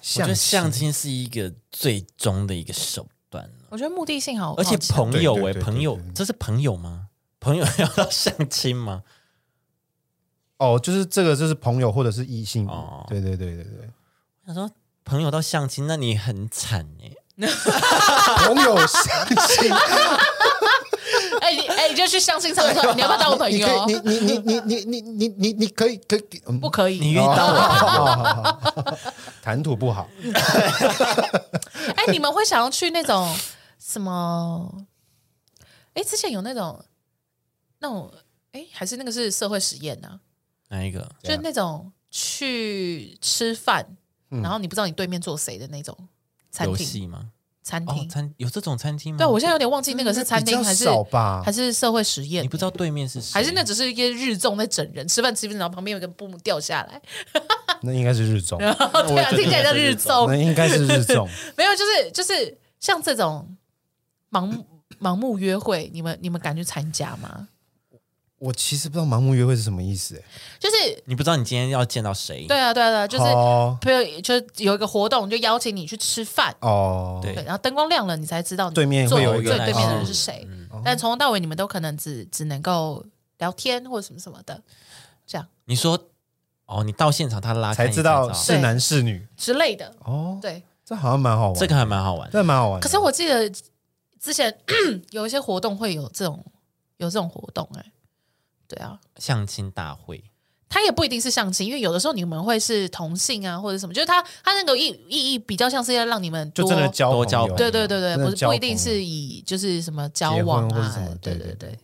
Speaker 3: 相
Speaker 1: 得
Speaker 3: 亲
Speaker 1: 相亲是一个最终的一个手段，
Speaker 2: 我觉得目的性好，
Speaker 1: 而且
Speaker 2: 好强
Speaker 1: 朋友
Speaker 3: 对
Speaker 1: 哎、
Speaker 3: 对对
Speaker 1: 朋友
Speaker 3: 对对，
Speaker 1: 这是朋友吗？朋友 要到相亲吗？
Speaker 3: 哦，就是这个，就是朋友或者是异性，
Speaker 1: 哦
Speaker 3: 对对对对对，
Speaker 1: 他说朋友到相亲，那你很惨哎、
Speaker 3: 朋友相亲，
Speaker 2: 哎你哎，你就去相亲场所，你要不要当我朋
Speaker 3: 你
Speaker 2: 友
Speaker 3: 可？以，你你你你你你你你可以可以，嗯
Speaker 2: 不可以，
Speaker 1: 你遇到我，
Speaker 2: 哦
Speaker 3: 谈吐不好，
Speaker 2: 哎、你们会想要去那种什么？哎、之前有那种那种哎、还是那个是社会实验啊？
Speaker 1: 哪一个？
Speaker 2: 就是那种去吃饭，然后你不知道你对面坐谁的那种餐
Speaker 1: 游
Speaker 2: 厅，
Speaker 1: 戏吗？
Speaker 2: 餐
Speaker 1: 哦
Speaker 2: 厅，。
Speaker 1: 餐有这种餐厅吗？
Speaker 2: 对，啊我现在有点忘记那个是餐厅
Speaker 3: 嗯比较
Speaker 2: 还是
Speaker 3: 少吧
Speaker 2: 还是社会实验
Speaker 1: 你，不知道对面是谁，
Speaker 2: 还是那只是一个日综在整人，吃饭吃一半，然后旁边有一个布幕掉下来，
Speaker 3: 那应该是日综，
Speaker 2: 哦，
Speaker 1: 我
Speaker 2: 对啊，
Speaker 1: 也觉得
Speaker 2: 听起来像日综
Speaker 3: 那，应该是 日综，
Speaker 2: 没有，就是就是像这种盲目盲目约会，你们你们敢去参加吗？
Speaker 3: 我其实不知道盲目约会是什么意思、欸，
Speaker 2: 就是
Speaker 1: 你不知道你今天要见到谁。
Speaker 2: 对啊，对啊，对啊，就是
Speaker 3: 哦
Speaker 2: 朋友就是有一个活动，就邀请你去吃饭，
Speaker 3: 哦，
Speaker 1: 对
Speaker 2: 对，然后灯光亮了，你才知道你
Speaker 3: 对面
Speaker 2: 坐
Speaker 3: 会有
Speaker 2: 对
Speaker 3: 一
Speaker 1: 个
Speaker 2: 对
Speaker 1: 人
Speaker 2: 面的人
Speaker 1: 哦
Speaker 2: 是谁。但从头到尾，你们都可能只只能够聊天或者什么什么的，这样
Speaker 1: 你说哦，你到现场他拉开
Speaker 3: 才
Speaker 1: 你
Speaker 3: 知道
Speaker 2: 对
Speaker 3: 是男是女，
Speaker 2: 之类的。
Speaker 3: 哦，
Speaker 2: 对，
Speaker 3: 这好像蛮好玩，
Speaker 1: 这个还蛮好玩的。
Speaker 3: 这蛮好玩的，
Speaker 2: 可是我记得之前 有一些活动会有这种有这种活动、哎，对啊，
Speaker 1: 相亲大会，
Speaker 2: 它也不一定是相亲，因为有的时候你们会是同性啊或者什么，就是它它那个意意义比较像是要让你们
Speaker 3: 就
Speaker 2: 多
Speaker 3: 真的交朋友
Speaker 1: 多交朋友
Speaker 2: 对对对对，
Speaker 3: 真的
Speaker 2: 不是
Speaker 3: 交
Speaker 2: 不
Speaker 3: 朋
Speaker 2: 一
Speaker 3: 友
Speaker 2: 定是以就是什么交
Speaker 3: 结婚
Speaker 2: 往
Speaker 3: 或是
Speaker 2: 啊
Speaker 3: 什么，
Speaker 2: 对
Speaker 3: 对
Speaker 2: 对
Speaker 3: 对
Speaker 2: 对，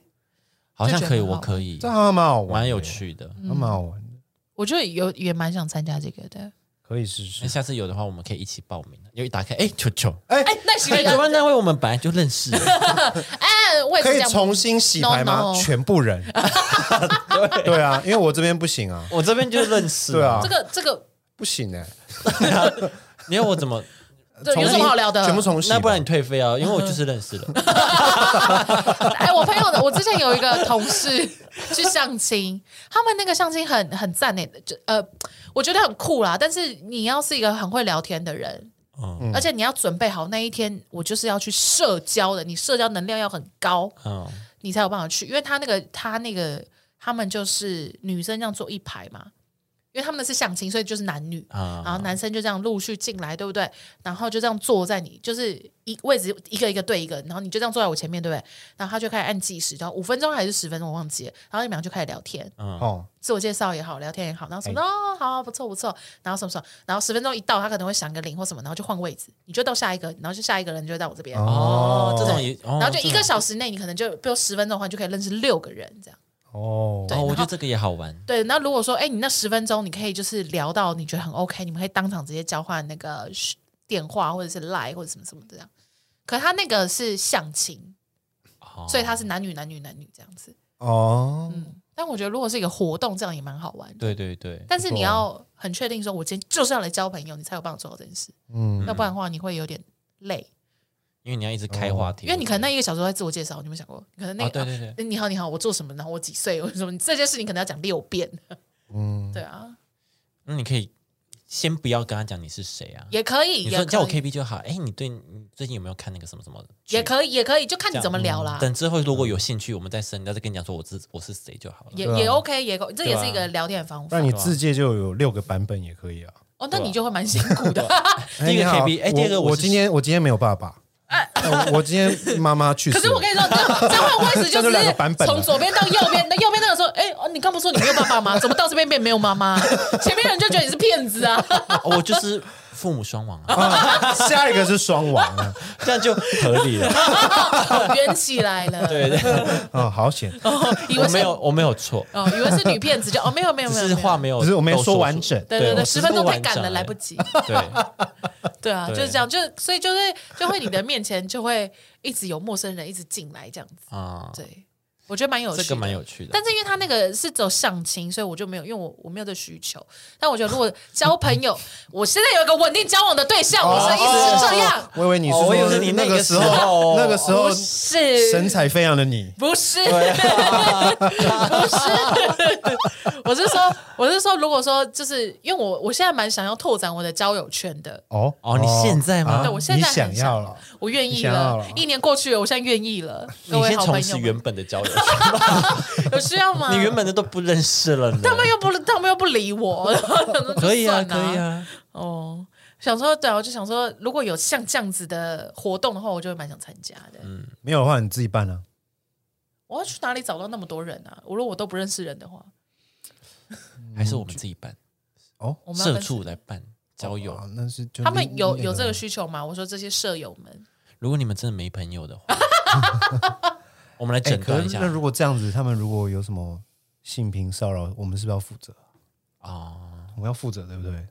Speaker 1: 好像可以，
Speaker 2: 就觉得很好
Speaker 1: 我可以
Speaker 3: 这，好像蛮好玩欸的，
Speaker 1: 蛮有趣的。
Speaker 3: 还蛮好玩的，
Speaker 2: 我就有也蛮想参加这个的。
Speaker 3: 可以试
Speaker 1: 那
Speaker 2: 嗯
Speaker 3: 试。
Speaker 1: 下次有的话，我们可以一起报名。因为一打开，哎，球球，
Speaker 2: 哎，那行
Speaker 1: 哎，台湾那位我们本来就认识，
Speaker 2: 哎，我也是
Speaker 3: 可
Speaker 2: 这
Speaker 3: 以
Speaker 2: 样
Speaker 3: 重新洗牌
Speaker 2: No,
Speaker 3: 吗
Speaker 2: no
Speaker 3: 全 部人，对啊，因为我这边不行啊，
Speaker 1: 我这边就认识。
Speaker 3: 对啊
Speaker 2: 这个这个
Speaker 3: 不行哎、
Speaker 1: 你要我怎么？
Speaker 2: 对有什么好聊的？
Speaker 3: 全部重洗吧，
Speaker 1: 那不然你退费啊，因为我就是认识 了。
Speaker 2: 哎，我朋友的，我之前有一个同事去相亲，他们那个相亲很很赞诶，就呃，我觉得很酷啦。但是你要是一个很会聊天的人，
Speaker 1: 嗯
Speaker 2: 而且你要准备好那一天，我就是要去社交的，你社交能量要很高，
Speaker 1: 嗯，
Speaker 2: 你才有办法去。因为他那个他那个他们就是女生这样坐一排嘛，因为他们是相亲，所以就是男女。
Speaker 1: 啊
Speaker 2: 然后男生就这样陆续进来，对不对？然后就这样坐在你，就是一位置一个一个对一个，然后你就这样坐在我前面，对不对？然后他就开始按计时，然后五分钟还是十分钟，我忘记了。然后你们俩就开始聊天，
Speaker 3: 哦，
Speaker 2: 自我介绍也好，聊天也好，然后什么、
Speaker 1: 哎
Speaker 2: 哦，好不错不错，然后什么什么，然后十分钟一到，他可能会响个铃或什么，然后就换位置，你就到下一个，然后就下一个人就会到我这边，
Speaker 1: 哦，这种也，
Speaker 2: 然
Speaker 1: 然
Speaker 2: 后就一个小时内，你可能就比如十分钟的话，你就可以认识六个人这样。
Speaker 3: 哦，
Speaker 2: 对
Speaker 1: 哦，我
Speaker 2: 然
Speaker 1: 觉
Speaker 2: 后
Speaker 1: 得这个也好玩。
Speaker 2: 对，那如果说，哎，你那十分钟你可以就是聊到你觉得很 OK，你们可以当场直接交换那个讯电话或者是 Line 或者什么什么的这样。可他那个是相亲，
Speaker 1: 哦
Speaker 2: 所以他是男女男女男女这样子。
Speaker 3: 哦，
Speaker 2: 嗯，但我觉得如果是一个活动，这样也蛮好玩的。
Speaker 1: 对对对，啊
Speaker 2: 但是
Speaker 3: 不错
Speaker 2: 你要很确定说，我今天就是要来交朋友，你才有办法做到这件事。
Speaker 3: 嗯，
Speaker 2: 要不然的话，你会有点累，
Speaker 1: 因为你要一直开话题，
Speaker 2: 哦因为你可能那一个小时都在自我介绍，你有没有想过？你可能那
Speaker 1: 啊
Speaker 2: 个、
Speaker 1: 对对
Speaker 2: 对，你好，你好，我做什么？然后我几岁？我什么？你这件事情可能要讲六遍。嗯，对啊，
Speaker 1: 那嗯你可以先不要跟他讲你是谁啊，
Speaker 2: 也可以，
Speaker 1: 你
Speaker 2: 也
Speaker 1: 说叫我
Speaker 2: 可以，
Speaker 1: KB 就好。哎，你对你最近有没有看那个什么什么剧？
Speaker 2: 也可以，啊也可以，就看
Speaker 1: 这
Speaker 2: 你
Speaker 1: 样嗯
Speaker 2: 怎么聊啦。
Speaker 1: 等之后如果有兴趣，我们再深聊，再跟你讲说我是我是谁就好了。
Speaker 2: 也
Speaker 3: 对啊
Speaker 2: 也 OK，也这
Speaker 1: 对
Speaker 2: 也
Speaker 1: 啊
Speaker 2: 是一个聊天的方
Speaker 3: 不
Speaker 2: 法
Speaker 3: 然。你自介就有六个版本也可以啊。
Speaker 2: 哦，那
Speaker 1: 对啊
Speaker 2: 你就会蛮辛 苦的。
Speaker 1: 第一个
Speaker 3: 你好
Speaker 1: KB 哎第二个
Speaker 3: 我
Speaker 1: 我是啊
Speaker 3: 今天我今天没有爸爸，呃我我今天妈妈去世
Speaker 2: 可
Speaker 3: 了。
Speaker 2: 是我跟你说，这这换位置就
Speaker 3: 这就两个
Speaker 2: 是
Speaker 3: 版本了
Speaker 2: 从左边到右边，那右边那个说，哎，哦你刚不是说你没有爸爸吗？怎么到这边变没有 妈妈？前面人就觉得你是骗子啊！
Speaker 1: 哦我就是父母双亡 啊，
Speaker 3: 啊下一个是双亡啊，
Speaker 1: 这样就合理了。
Speaker 2: 圆起来了，
Speaker 1: 对对，对
Speaker 3: 啊，好险，
Speaker 2: 哦，以为
Speaker 1: 我
Speaker 2: 是
Speaker 1: 没有我没有错，
Speaker 2: 哦，以为是女骗子，就哦，没有没有
Speaker 1: 只
Speaker 2: 没有，
Speaker 1: 是
Speaker 2: 没有
Speaker 1: 话没有，
Speaker 3: 只是我没
Speaker 1: 都
Speaker 3: 说
Speaker 1: 出
Speaker 3: 完整
Speaker 2: 对对
Speaker 1: 对
Speaker 2: 对，
Speaker 1: 我
Speaker 2: 十
Speaker 1: 是
Speaker 2: 分钟
Speaker 1: 不
Speaker 2: 太
Speaker 1: 完
Speaker 2: 赶
Speaker 1: 整
Speaker 2: 了，
Speaker 1: 欸
Speaker 2: 来不及。
Speaker 1: 对。
Speaker 2: 对啊，
Speaker 1: 对
Speaker 2: 就是这样，就所以就是就会你的面前就会一直有陌生人一直进来这样子。
Speaker 1: 啊，
Speaker 2: 对，我觉得蛮有趣
Speaker 1: 这
Speaker 2: 的，
Speaker 1: 个蛮有趣的。
Speaker 2: 但是因为他那个是走相亲，所以我就没有，因为我我没有这需求。但我觉得如果交朋友，我现在有一个稳定交往的对象，我是一直是这样，
Speaker 3: 我以为你是
Speaker 1: 哦我以为
Speaker 3: 说
Speaker 1: 是你
Speaker 3: 那
Speaker 1: 那个
Speaker 3: 时
Speaker 1: 时候哦
Speaker 3: 那个时候
Speaker 2: 不是
Speaker 3: 神采飞扬的你，
Speaker 2: 不是，不是，我是说，我是说，如果说就是因为我我现在蛮想要拓展我的交友圈的，
Speaker 3: 哦
Speaker 1: 哦你现在吗
Speaker 3: 啊
Speaker 2: 对我现在
Speaker 3: 你
Speaker 2: 很
Speaker 3: 想要了，
Speaker 2: 我愿
Speaker 3: 你
Speaker 2: 意
Speaker 3: 想要
Speaker 2: 了，
Speaker 3: 了
Speaker 2: 一年过去了，我现在愿意了。各
Speaker 1: 你
Speaker 2: 位
Speaker 1: 先
Speaker 2: 好朋
Speaker 1: 重拾
Speaker 2: 友
Speaker 1: 原
Speaker 2: 们，
Speaker 1: 本的交流，
Speaker 2: 有需要吗？
Speaker 1: 你原本的都不认识了呢。
Speaker 2: 他们又不他们又不理我，
Speaker 1: 可以啊，
Speaker 2: 就算
Speaker 1: 可
Speaker 2: 啊
Speaker 1: 以啊，
Speaker 2: 哦，想说对啊，我就想说，如果有像这样子的活动的话，我就会蛮想参加的。
Speaker 3: 没有的话你自己办啊。
Speaker 2: 我要去哪里找到那么多人啊？如果我都不认识人的话，
Speaker 1: 还是我们自己办，
Speaker 3: 哦，
Speaker 2: 嗯我们要哦
Speaker 1: 社
Speaker 2: 跟
Speaker 1: 畜来办交友。
Speaker 3: 啊那是就
Speaker 2: 他们有
Speaker 3: 那
Speaker 2: 有这个需求吗？我说这些舍友们，
Speaker 1: 如果你们真的没朋友的 话，我们来
Speaker 3: 哎，
Speaker 1: 诊
Speaker 3: 可
Speaker 1: 断一
Speaker 3: 是
Speaker 1: 下
Speaker 3: 那如果这样子，他们如果有什么性平骚扰，我们是不是要负责？
Speaker 1: 哦，
Speaker 3: 我们要负责，对不对？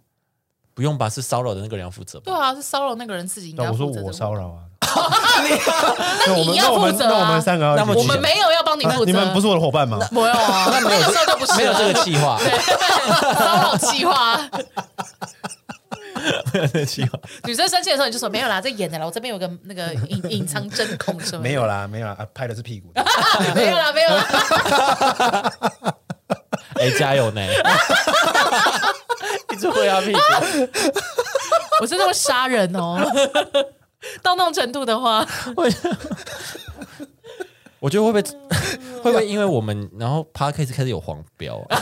Speaker 1: 不用吧，是骚扰的那个人要负责
Speaker 2: 对
Speaker 1: 吧？
Speaker 2: 啊，是骚扰那个人自己应该
Speaker 3: 但我
Speaker 2: 要
Speaker 3: 说
Speaker 2: 负责这
Speaker 3: 我
Speaker 2: 个。
Speaker 3: 骚扰啊，
Speaker 2: 那
Speaker 3: 那我
Speaker 2: 你
Speaker 3: 们
Speaker 2: 要
Speaker 3: 那我
Speaker 2: 负
Speaker 3: 们
Speaker 2: 责
Speaker 3: 那我们
Speaker 2: 啊！
Speaker 3: 三个要
Speaker 1: 那么
Speaker 3: 一
Speaker 2: 我
Speaker 3: 起
Speaker 2: 们没有要帮你
Speaker 3: 啊
Speaker 2: 负责，
Speaker 3: 你们不是我的伙伴吗？
Speaker 2: 没有啊？那个时候都不是啊
Speaker 1: 没有 这个计划，
Speaker 2: 对骚扰计划。
Speaker 1: 没有这个计划。
Speaker 2: 女生生气的时候你就说没有啦，这演的啦，我这边有个那个隐隐藏针孔什么的
Speaker 3: 没有啦，没有啦，啊拍的是屁股的。
Speaker 2: 没有啦，没有啦。
Speaker 1: 哎，加油呢！一直挥他屁股，
Speaker 2: 我真的会杀人哦。到那种程度的话，
Speaker 1: 我觉得会不会会不会因为我们然后 p a r k a s 开始有黄标啊？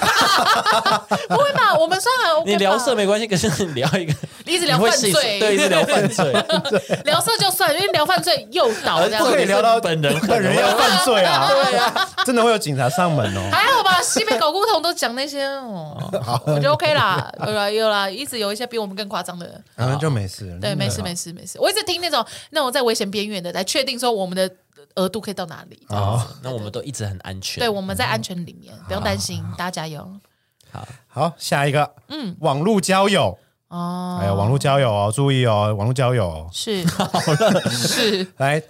Speaker 2: 不会吧？我们算很 OK 吧
Speaker 1: 你聊色没关系，可是你聊一个，
Speaker 2: 你一直
Speaker 1: 你
Speaker 2: 聊
Speaker 1: 会
Speaker 2: 犯
Speaker 1: 是
Speaker 2: 罪，
Speaker 1: 对，一直聊犯 罪，
Speaker 2: 聊色就算，因为聊犯罪诱导 这样
Speaker 3: 不可以
Speaker 2: 子。
Speaker 3: 聊到
Speaker 1: 本人
Speaker 3: 本 人要犯罪啊！对啊， 真的会有警察上门 哦。
Speaker 2: 还好吧，西北搞古董都讲那些哦，我觉得 OK 啦，有啦有啦，一直有一些比我们更夸张的，
Speaker 3: 啊，就没事了。
Speaker 2: 对，没事没事没事，我一直听那种那种在危险边缘的，来确定说我们的额度可以到哪里，
Speaker 1: 哦，那我们都一直很安全。
Speaker 2: 对，我们在安全里面，
Speaker 1: 嗯
Speaker 2: 不用担心，大家加油
Speaker 3: 好，下一个，嗯，网络交友，
Speaker 2: 哦，
Speaker 3: 哎呀，网络交友哦，注意哦，网络交友哦，
Speaker 2: 是 是
Speaker 3: 来，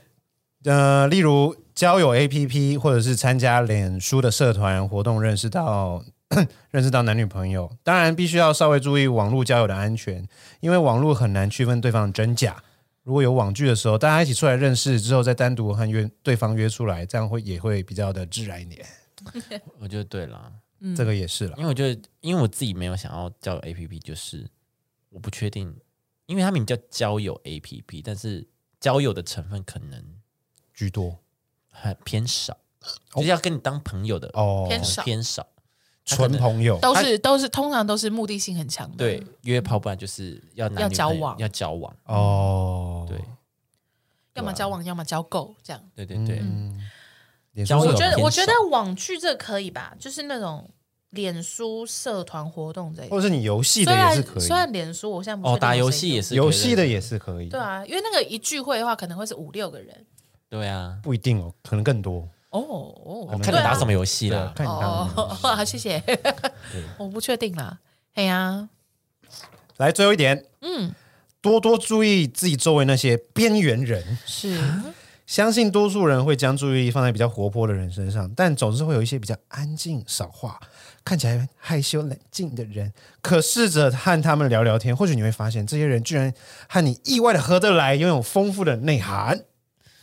Speaker 3: 呃，例如交友 APP 或者是参加脸书的社团活动，认识到 认识到男女朋友，当然必须要稍微注意网络交友的安全，因为网络很难区分对方的真假。如果有网剧的时候，大家一起出来认识之后，再单独和约对方约出来，这样会也会比较的自然一点。
Speaker 1: 我觉得对啦，
Speaker 2: 嗯
Speaker 3: 这个也是了，
Speaker 1: 因为我觉得，因为我自己没有想要交友 A P P，就是我不确定，因为它名叫交友 A P P，但是交友的成分可能
Speaker 3: 居多
Speaker 1: 很偏少，就是要跟你当朋友的
Speaker 3: 哦，
Speaker 2: 偏少
Speaker 1: 偏少，它可
Speaker 3: 纯
Speaker 1: 能
Speaker 3: 朋友
Speaker 2: 都是都是通常都是目的性很强的，
Speaker 1: 对约炮，不然就是要男
Speaker 2: 嗯要
Speaker 1: 女
Speaker 2: 交
Speaker 1: 朋友
Speaker 2: 往
Speaker 1: 要交往，
Speaker 3: 哦，
Speaker 1: 对
Speaker 2: 要
Speaker 1: 啊
Speaker 2: 么交往，要么交够，这样。
Speaker 1: 对对对，
Speaker 3: 嗯脸
Speaker 1: 交
Speaker 3: 书
Speaker 1: 友
Speaker 3: 社
Speaker 2: 我
Speaker 3: 团，
Speaker 2: 觉得，
Speaker 1: 偏
Speaker 2: 我觉
Speaker 1: 少
Speaker 2: 得网剧这可以吧，就是那种脸书社团活动这一
Speaker 1: 哦
Speaker 3: 或者是你游戏的
Speaker 2: 虽
Speaker 3: 也是
Speaker 2: 然
Speaker 3: 可
Speaker 2: 虽
Speaker 3: 以，
Speaker 2: 然脸书我现在不确定
Speaker 1: 哦，打
Speaker 2: 有
Speaker 1: 游
Speaker 2: 谁
Speaker 1: 戏
Speaker 2: 用
Speaker 1: 也是
Speaker 3: 游
Speaker 1: 可以
Speaker 3: 戏的也是可以，
Speaker 2: 对啊，因为那个一聚会的话，可能会是五六个人。
Speaker 1: 对啊，
Speaker 3: 不一定哦，可能更多。
Speaker 2: 哦哦
Speaker 3: 可能，
Speaker 1: 看你
Speaker 2: 对
Speaker 1: 打
Speaker 2: 啊
Speaker 1: 什么游戏啦，
Speaker 3: 看你当年
Speaker 2: 哦， 好，谢谢。我不确定啦。哎呀，
Speaker 3: 来最后一
Speaker 1: 啊
Speaker 3: 点，嗯，多多注意自己周围那些边缘人，
Speaker 2: 是
Speaker 3: 相信多数人会将注意力放在比较活泼的人身上，但总是会有一些比较安静、少话、看起来害羞、冷静的人。可试着和他们聊聊天，或许你会发现，这些人居然和你意外的合得来，拥有丰富的内涵。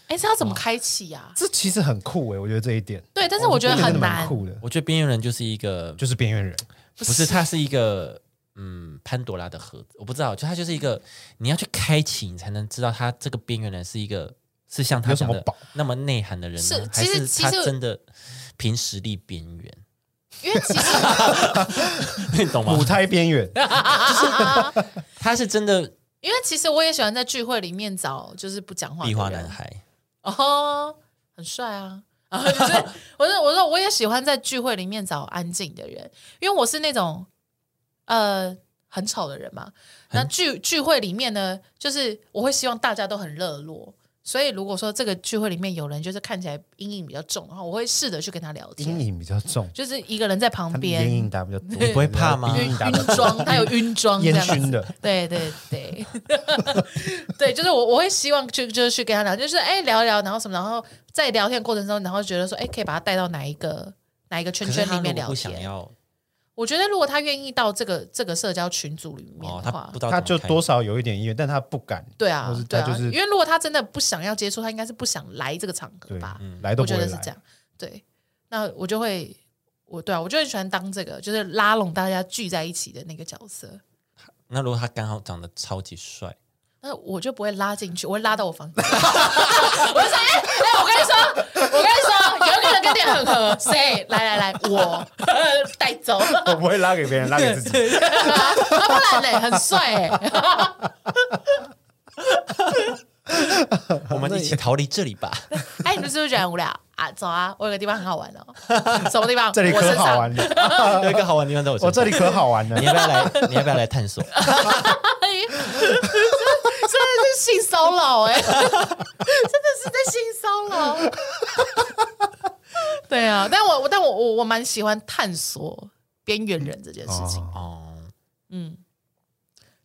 Speaker 2: 哎，这要
Speaker 1: 哦
Speaker 2: 怎么开启呀？
Speaker 3: 这其实很酷欸诶、我觉得这一点。
Speaker 2: 对，但是我觉得
Speaker 3: 这一点
Speaker 2: 很
Speaker 3: 真的蛮
Speaker 2: 难。
Speaker 3: 酷的，
Speaker 1: 我觉得边缘人就是一个，
Speaker 3: 就是边缘人。
Speaker 1: 不是它是一个嗯潘多拉的盒子，我不知道，就它就是一个你要去开启，你才能知道他这个边缘人是一个是像他
Speaker 3: 有什
Speaker 1: 讲
Speaker 3: 么
Speaker 1: 的
Speaker 3: 宝
Speaker 1: 那么内涵的人
Speaker 2: 是
Speaker 1: 呢，
Speaker 2: 其实
Speaker 1: 还是他
Speaker 2: 其实
Speaker 1: 真的凭实力边缘，
Speaker 2: 因为其实
Speaker 1: 你懂吗
Speaker 3: 母？胎边缘，
Speaker 1: 他是真的
Speaker 2: 因为其实我也喜欢在聚会里面找就是不讲话的
Speaker 1: 壁花
Speaker 2: 人
Speaker 1: 男孩，
Speaker 2: 哦，很帅啊。 啊，就是我说我说我也喜欢在聚会里面找安静的人，因为我是那种呃很吵的人嘛。那聚聚会里面呢，就是我会希望大家都很热络，所以如果说这个聚会里面有人就是看起来阴影比较重的话，我会试着去跟他聊
Speaker 3: 阴
Speaker 2: 天，
Speaker 3: 影比较重，
Speaker 2: 就是一个人在旁
Speaker 3: 他们
Speaker 2: 边
Speaker 3: 烟
Speaker 2: 晕
Speaker 3: 瘾打比较多。
Speaker 1: 你不会怕吗
Speaker 3: 烟瘾打比较
Speaker 2: 晕妆，他有晕妆这
Speaker 3: 烟
Speaker 2: 样子
Speaker 3: 熏的，
Speaker 2: 对对对， 对，就是我我会希望去就是去跟他聊，就是哎聊一聊，然后什么，然后在聊天过程中，然后觉得说哎可以把他带到哪一个哪一个圈
Speaker 1: 可是
Speaker 2: 圈
Speaker 1: 他
Speaker 2: 里
Speaker 1: 如
Speaker 2: 面
Speaker 1: 果
Speaker 2: 聊
Speaker 1: 不
Speaker 3: 哦
Speaker 1: 想
Speaker 2: 天。
Speaker 1: 要
Speaker 2: 我觉得如果他愿意到这个这个社交群组里面
Speaker 1: 哦，
Speaker 2: 的
Speaker 1: 他
Speaker 2: 话，
Speaker 1: 不知道
Speaker 3: 他
Speaker 1: 怎
Speaker 3: 就
Speaker 1: 么开
Speaker 3: 多少有一点意愿，但他不敢，
Speaker 2: 对
Speaker 3: 或是
Speaker 2: 啊
Speaker 3: 他
Speaker 2: 对啊，
Speaker 3: 就是
Speaker 2: 因为如果他真的不想要接触，他应该是不想来这个场合
Speaker 3: 对
Speaker 2: 吧？，
Speaker 3: 来
Speaker 2: 嗯
Speaker 3: 都
Speaker 2: 我
Speaker 3: 不
Speaker 2: 觉
Speaker 3: 会
Speaker 2: 得
Speaker 3: 来。
Speaker 2: 是这样。对，那我就会我对啊，我就很喜欢当这个就是拉拢大家聚在一起的那个角色。
Speaker 1: 那如果他刚好长得超级 帅，
Speaker 2: 那我就不会拉进去，我会拉到我房间。我就 说，哎、哎、我跟你说，我跟你说，有一个人跟你很合，谁？来来来，我 带走。
Speaker 3: 我哦不会拉给别人，拉给自己。
Speaker 2: 啊不然嘞，很帅哎、
Speaker 1: 我们一起逃离这里吧。
Speaker 2: 哎、你们是不是觉得很无聊啊？走啊，我有个地方很好玩哦。什么地方？
Speaker 3: 这里
Speaker 2: 我
Speaker 3: 可
Speaker 2: 身
Speaker 3: 好
Speaker 2: 上。
Speaker 3: 玩了，
Speaker 1: 有一个好玩的地方在我身上
Speaker 3: 我这里，可好玩 了
Speaker 1: 你。要不要来？你要不要来探索？
Speaker 2: 哎这真的是性骚扰哎，真的是在性骚扰。对啊，但我我但我我我蛮喜欢探索边缘人这件事情。
Speaker 3: 哦
Speaker 1: 哦，
Speaker 2: 嗯，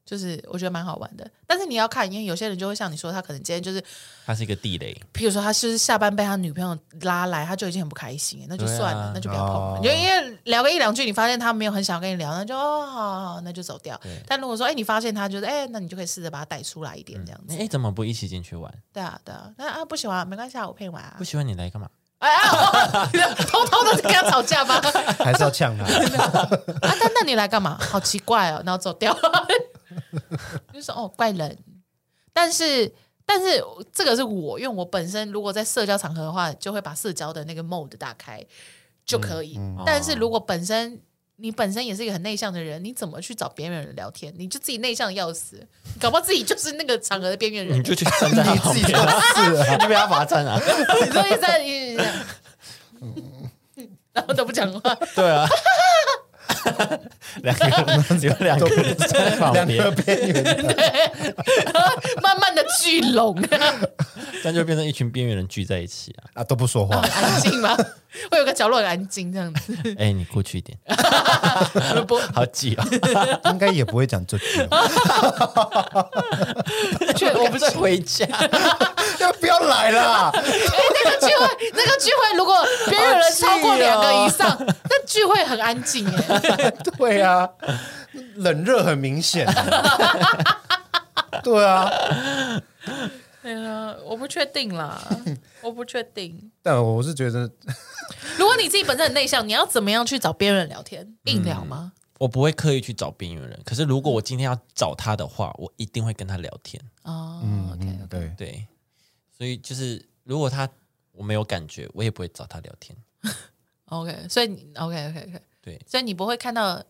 Speaker 2: 就是我觉得蛮好玩的。但是你要看，因为有些人就会像你说，他可能今天就是，
Speaker 1: 它是一个地雷，
Speaker 2: 譬如说他就是下班被他女朋友拉来，他就已经很不开心了，那就
Speaker 1: 对啊
Speaker 2: 算了，那就不要碰了。
Speaker 3: 哦
Speaker 2: 你就因为聊个一两句，你发现他没有很想跟你聊，那就哦，好好好，那就走掉
Speaker 1: 对。
Speaker 2: 但如果说，哎，你发现他就是，哎，那你就可以试着把他带出来一点，这样子。
Speaker 1: 哎，怎么不一起进去玩？
Speaker 2: 对啊，对啊，那啊不喜欢没关系啊，我陪你玩啊
Speaker 1: 不。喜欢你来干嘛？
Speaker 2: 哎啊，偷偷的跟他吵架吧。啊，
Speaker 3: 还是要呛 他。
Speaker 2: 但那你来干嘛？好奇怪哦，然后走掉。就说哦怪人，但是但是这个是我，因为我本身如果在社交场合的话，就会把社交的那个 mode 打开就可以。
Speaker 3: 嗯
Speaker 2: 但是如果本身你本身也是一个很内向的人，你怎么去找边缘人聊天？你就自己内向的要死，搞不好自己就是那个场合的边缘人
Speaker 1: 你。就去站在他旁边，啊 你就被他罚站啊！
Speaker 2: 你说一直在一直这样，然后都不讲话，
Speaker 1: 对啊，两个人，你们两个人在旁
Speaker 3: 两
Speaker 1: 边
Speaker 3: 个，边缘，
Speaker 2: 慢慢的聚拢，
Speaker 1: 这样就变成一群边缘人聚在一起啊！
Speaker 3: 啊，都不说 话，
Speaker 2: 安静吗？会有个角落很安静这样子，
Speaker 1: 哎，你过去一点，
Speaker 2: 不
Speaker 1: 好挤啊！
Speaker 3: 应该也不会讲 这句话。
Speaker 2: 确我不是
Speaker 1: 是回家，
Speaker 3: 要不要来啦？
Speaker 2: 哎、那个聚会，那个聚会，如果别有人超过两个以上，那聚会很安静哎。
Speaker 3: 对啊，冷热很明显。啊 对啊，
Speaker 2: 对啊，我不确定 啦，我不确定。
Speaker 3: 但我是觉得
Speaker 2: 如果你自己本身很内向，你要怎么样去找别人聊天？硬聊吗？
Speaker 1: 我不会刻意去找边缘人，可是如果我今天要找他的话，我一定会跟他聊天。
Speaker 2: 哦、
Speaker 3: 嗯
Speaker 2: o k
Speaker 3: 嗯，对，
Speaker 1: 对，所以就是如果他我没有感觉，我也不会找他聊天。
Speaker 2: OK，所以你 OK OK OK，
Speaker 1: 对
Speaker 2: 所以你不会看到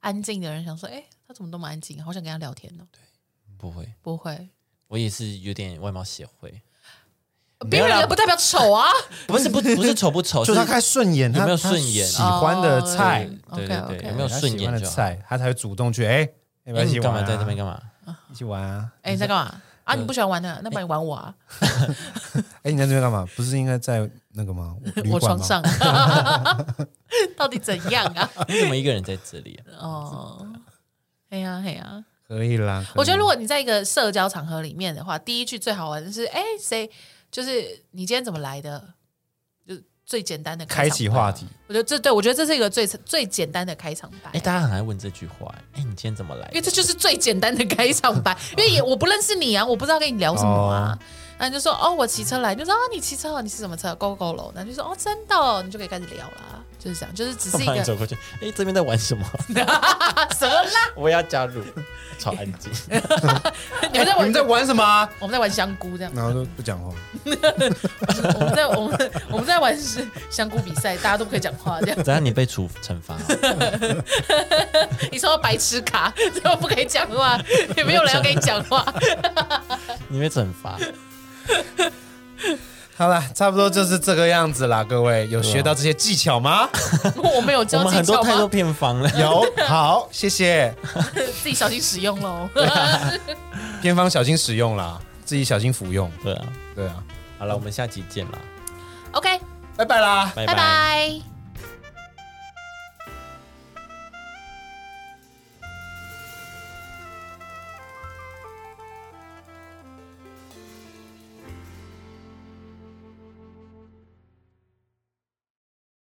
Speaker 2: 安静的人想说，哎、他怎么那么安静？好想跟他聊天哦。
Speaker 1: 不会，
Speaker 2: 不会，
Speaker 1: 我也是有点外貌协会，
Speaker 2: 别人也不代表丑 啊。
Speaker 1: 不是不不是丑不 丑，
Speaker 3: 就是他
Speaker 1: 是
Speaker 3: 看顺眼，他
Speaker 1: 有没有顺眼
Speaker 3: 他喜欢的
Speaker 2: 哦
Speaker 3: 菜，
Speaker 1: 对对对
Speaker 2: OK，OK
Speaker 1: 有没有
Speaker 3: 哎他
Speaker 1: 顺
Speaker 3: 喜
Speaker 1: 眼
Speaker 3: 欢的
Speaker 1: 就好。
Speaker 3: 菜，他才会主动去哎，要不要
Speaker 1: 哎，
Speaker 3: 一
Speaker 1: 你
Speaker 3: 起
Speaker 1: 干
Speaker 3: 玩
Speaker 1: 嘛
Speaker 3: 啊？
Speaker 1: 在这边干嘛？
Speaker 3: 一起玩啊？
Speaker 2: 哎、你在干嘛啊？你不喜欢玩的，那不然你玩我啊，
Speaker 3: 哎，你在这边干嘛？不是应该在那个吗？旅
Speaker 2: 我
Speaker 3: 馆
Speaker 2: 床
Speaker 3: 吗？
Speaker 2: 上。 到底怎样 啊？
Speaker 1: 你怎么一个人在这 里啊？
Speaker 2: 哦，哎呀哎呀，
Speaker 3: 可以啦。可以
Speaker 2: 我觉得如果你在一个社交场合里面的话，第一句最好玩的是，哎、谁就是你今天怎么来的，就是最简单的
Speaker 3: 开
Speaker 2: 场
Speaker 3: 启
Speaker 2: 白
Speaker 3: 话题，
Speaker 2: 我觉得这对我觉得这是一个最最简单的开场白。
Speaker 1: 哎，大家很爱问这句话，哎，你今天怎么来的？
Speaker 2: 因为这就是最简单的开场 白，因为也我不认识你啊，我不知道跟你聊什么啊。然后你就说哦，我骑车来，你就说啊，你骑车啊，你是什么车？Go Go 喽。然后就说哦，真的哦，你就可以开始聊啦。就是这样，就是只是一
Speaker 1: 突然
Speaker 2: 个
Speaker 1: 走过去，哎，这边在玩 什么？
Speaker 2: 啊蛇啦，
Speaker 1: 我要加入，超安静。 哎
Speaker 2: 你们在
Speaker 3: 你们
Speaker 2: 玩
Speaker 3: 在玩什么啊？
Speaker 2: 我们在玩香 菇这样，
Speaker 3: 然后就不讲话，
Speaker 2: 我们在我们我们在玩是香菇比赛，大家都不可以讲话这 样。
Speaker 1: 怎样？你被处惩罚？哦
Speaker 2: 你说到白痴卡，怎么不可以讲话？也没有人要跟你讲话。
Speaker 1: 你被惩罚？
Speaker 3: 好了，差不多就是这个样子啦，各位
Speaker 1: 啊
Speaker 3: 有学到这些技 巧吗？
Speaker 2: 我们有
Speaker 1: 我
Speaker 2: 教
Speaker 1: 们
Speaker 2: 技
Speaker 1: 很多
Speaker 2: 巧
Speaker 1: 太多
Speaker 2: 吗？
Speaker 1: 偏方了。
Speaker 3: 有，好，谢谢，
Speaker 2: 自己小心使用喽。
Speaker 3: 偏方小心使用啦，自己小心服用，
Speaker 1: 对啊，
Speaker 3: 对啊，
Speaker 1: 好了，我们下集见啦，
Speaker 2: OK，
Speaker 3: 拜拜啦。
Speaker 1: 拜
Speaker 2: 拜
Speaker 1: 拜。
Speaker 2: 拜。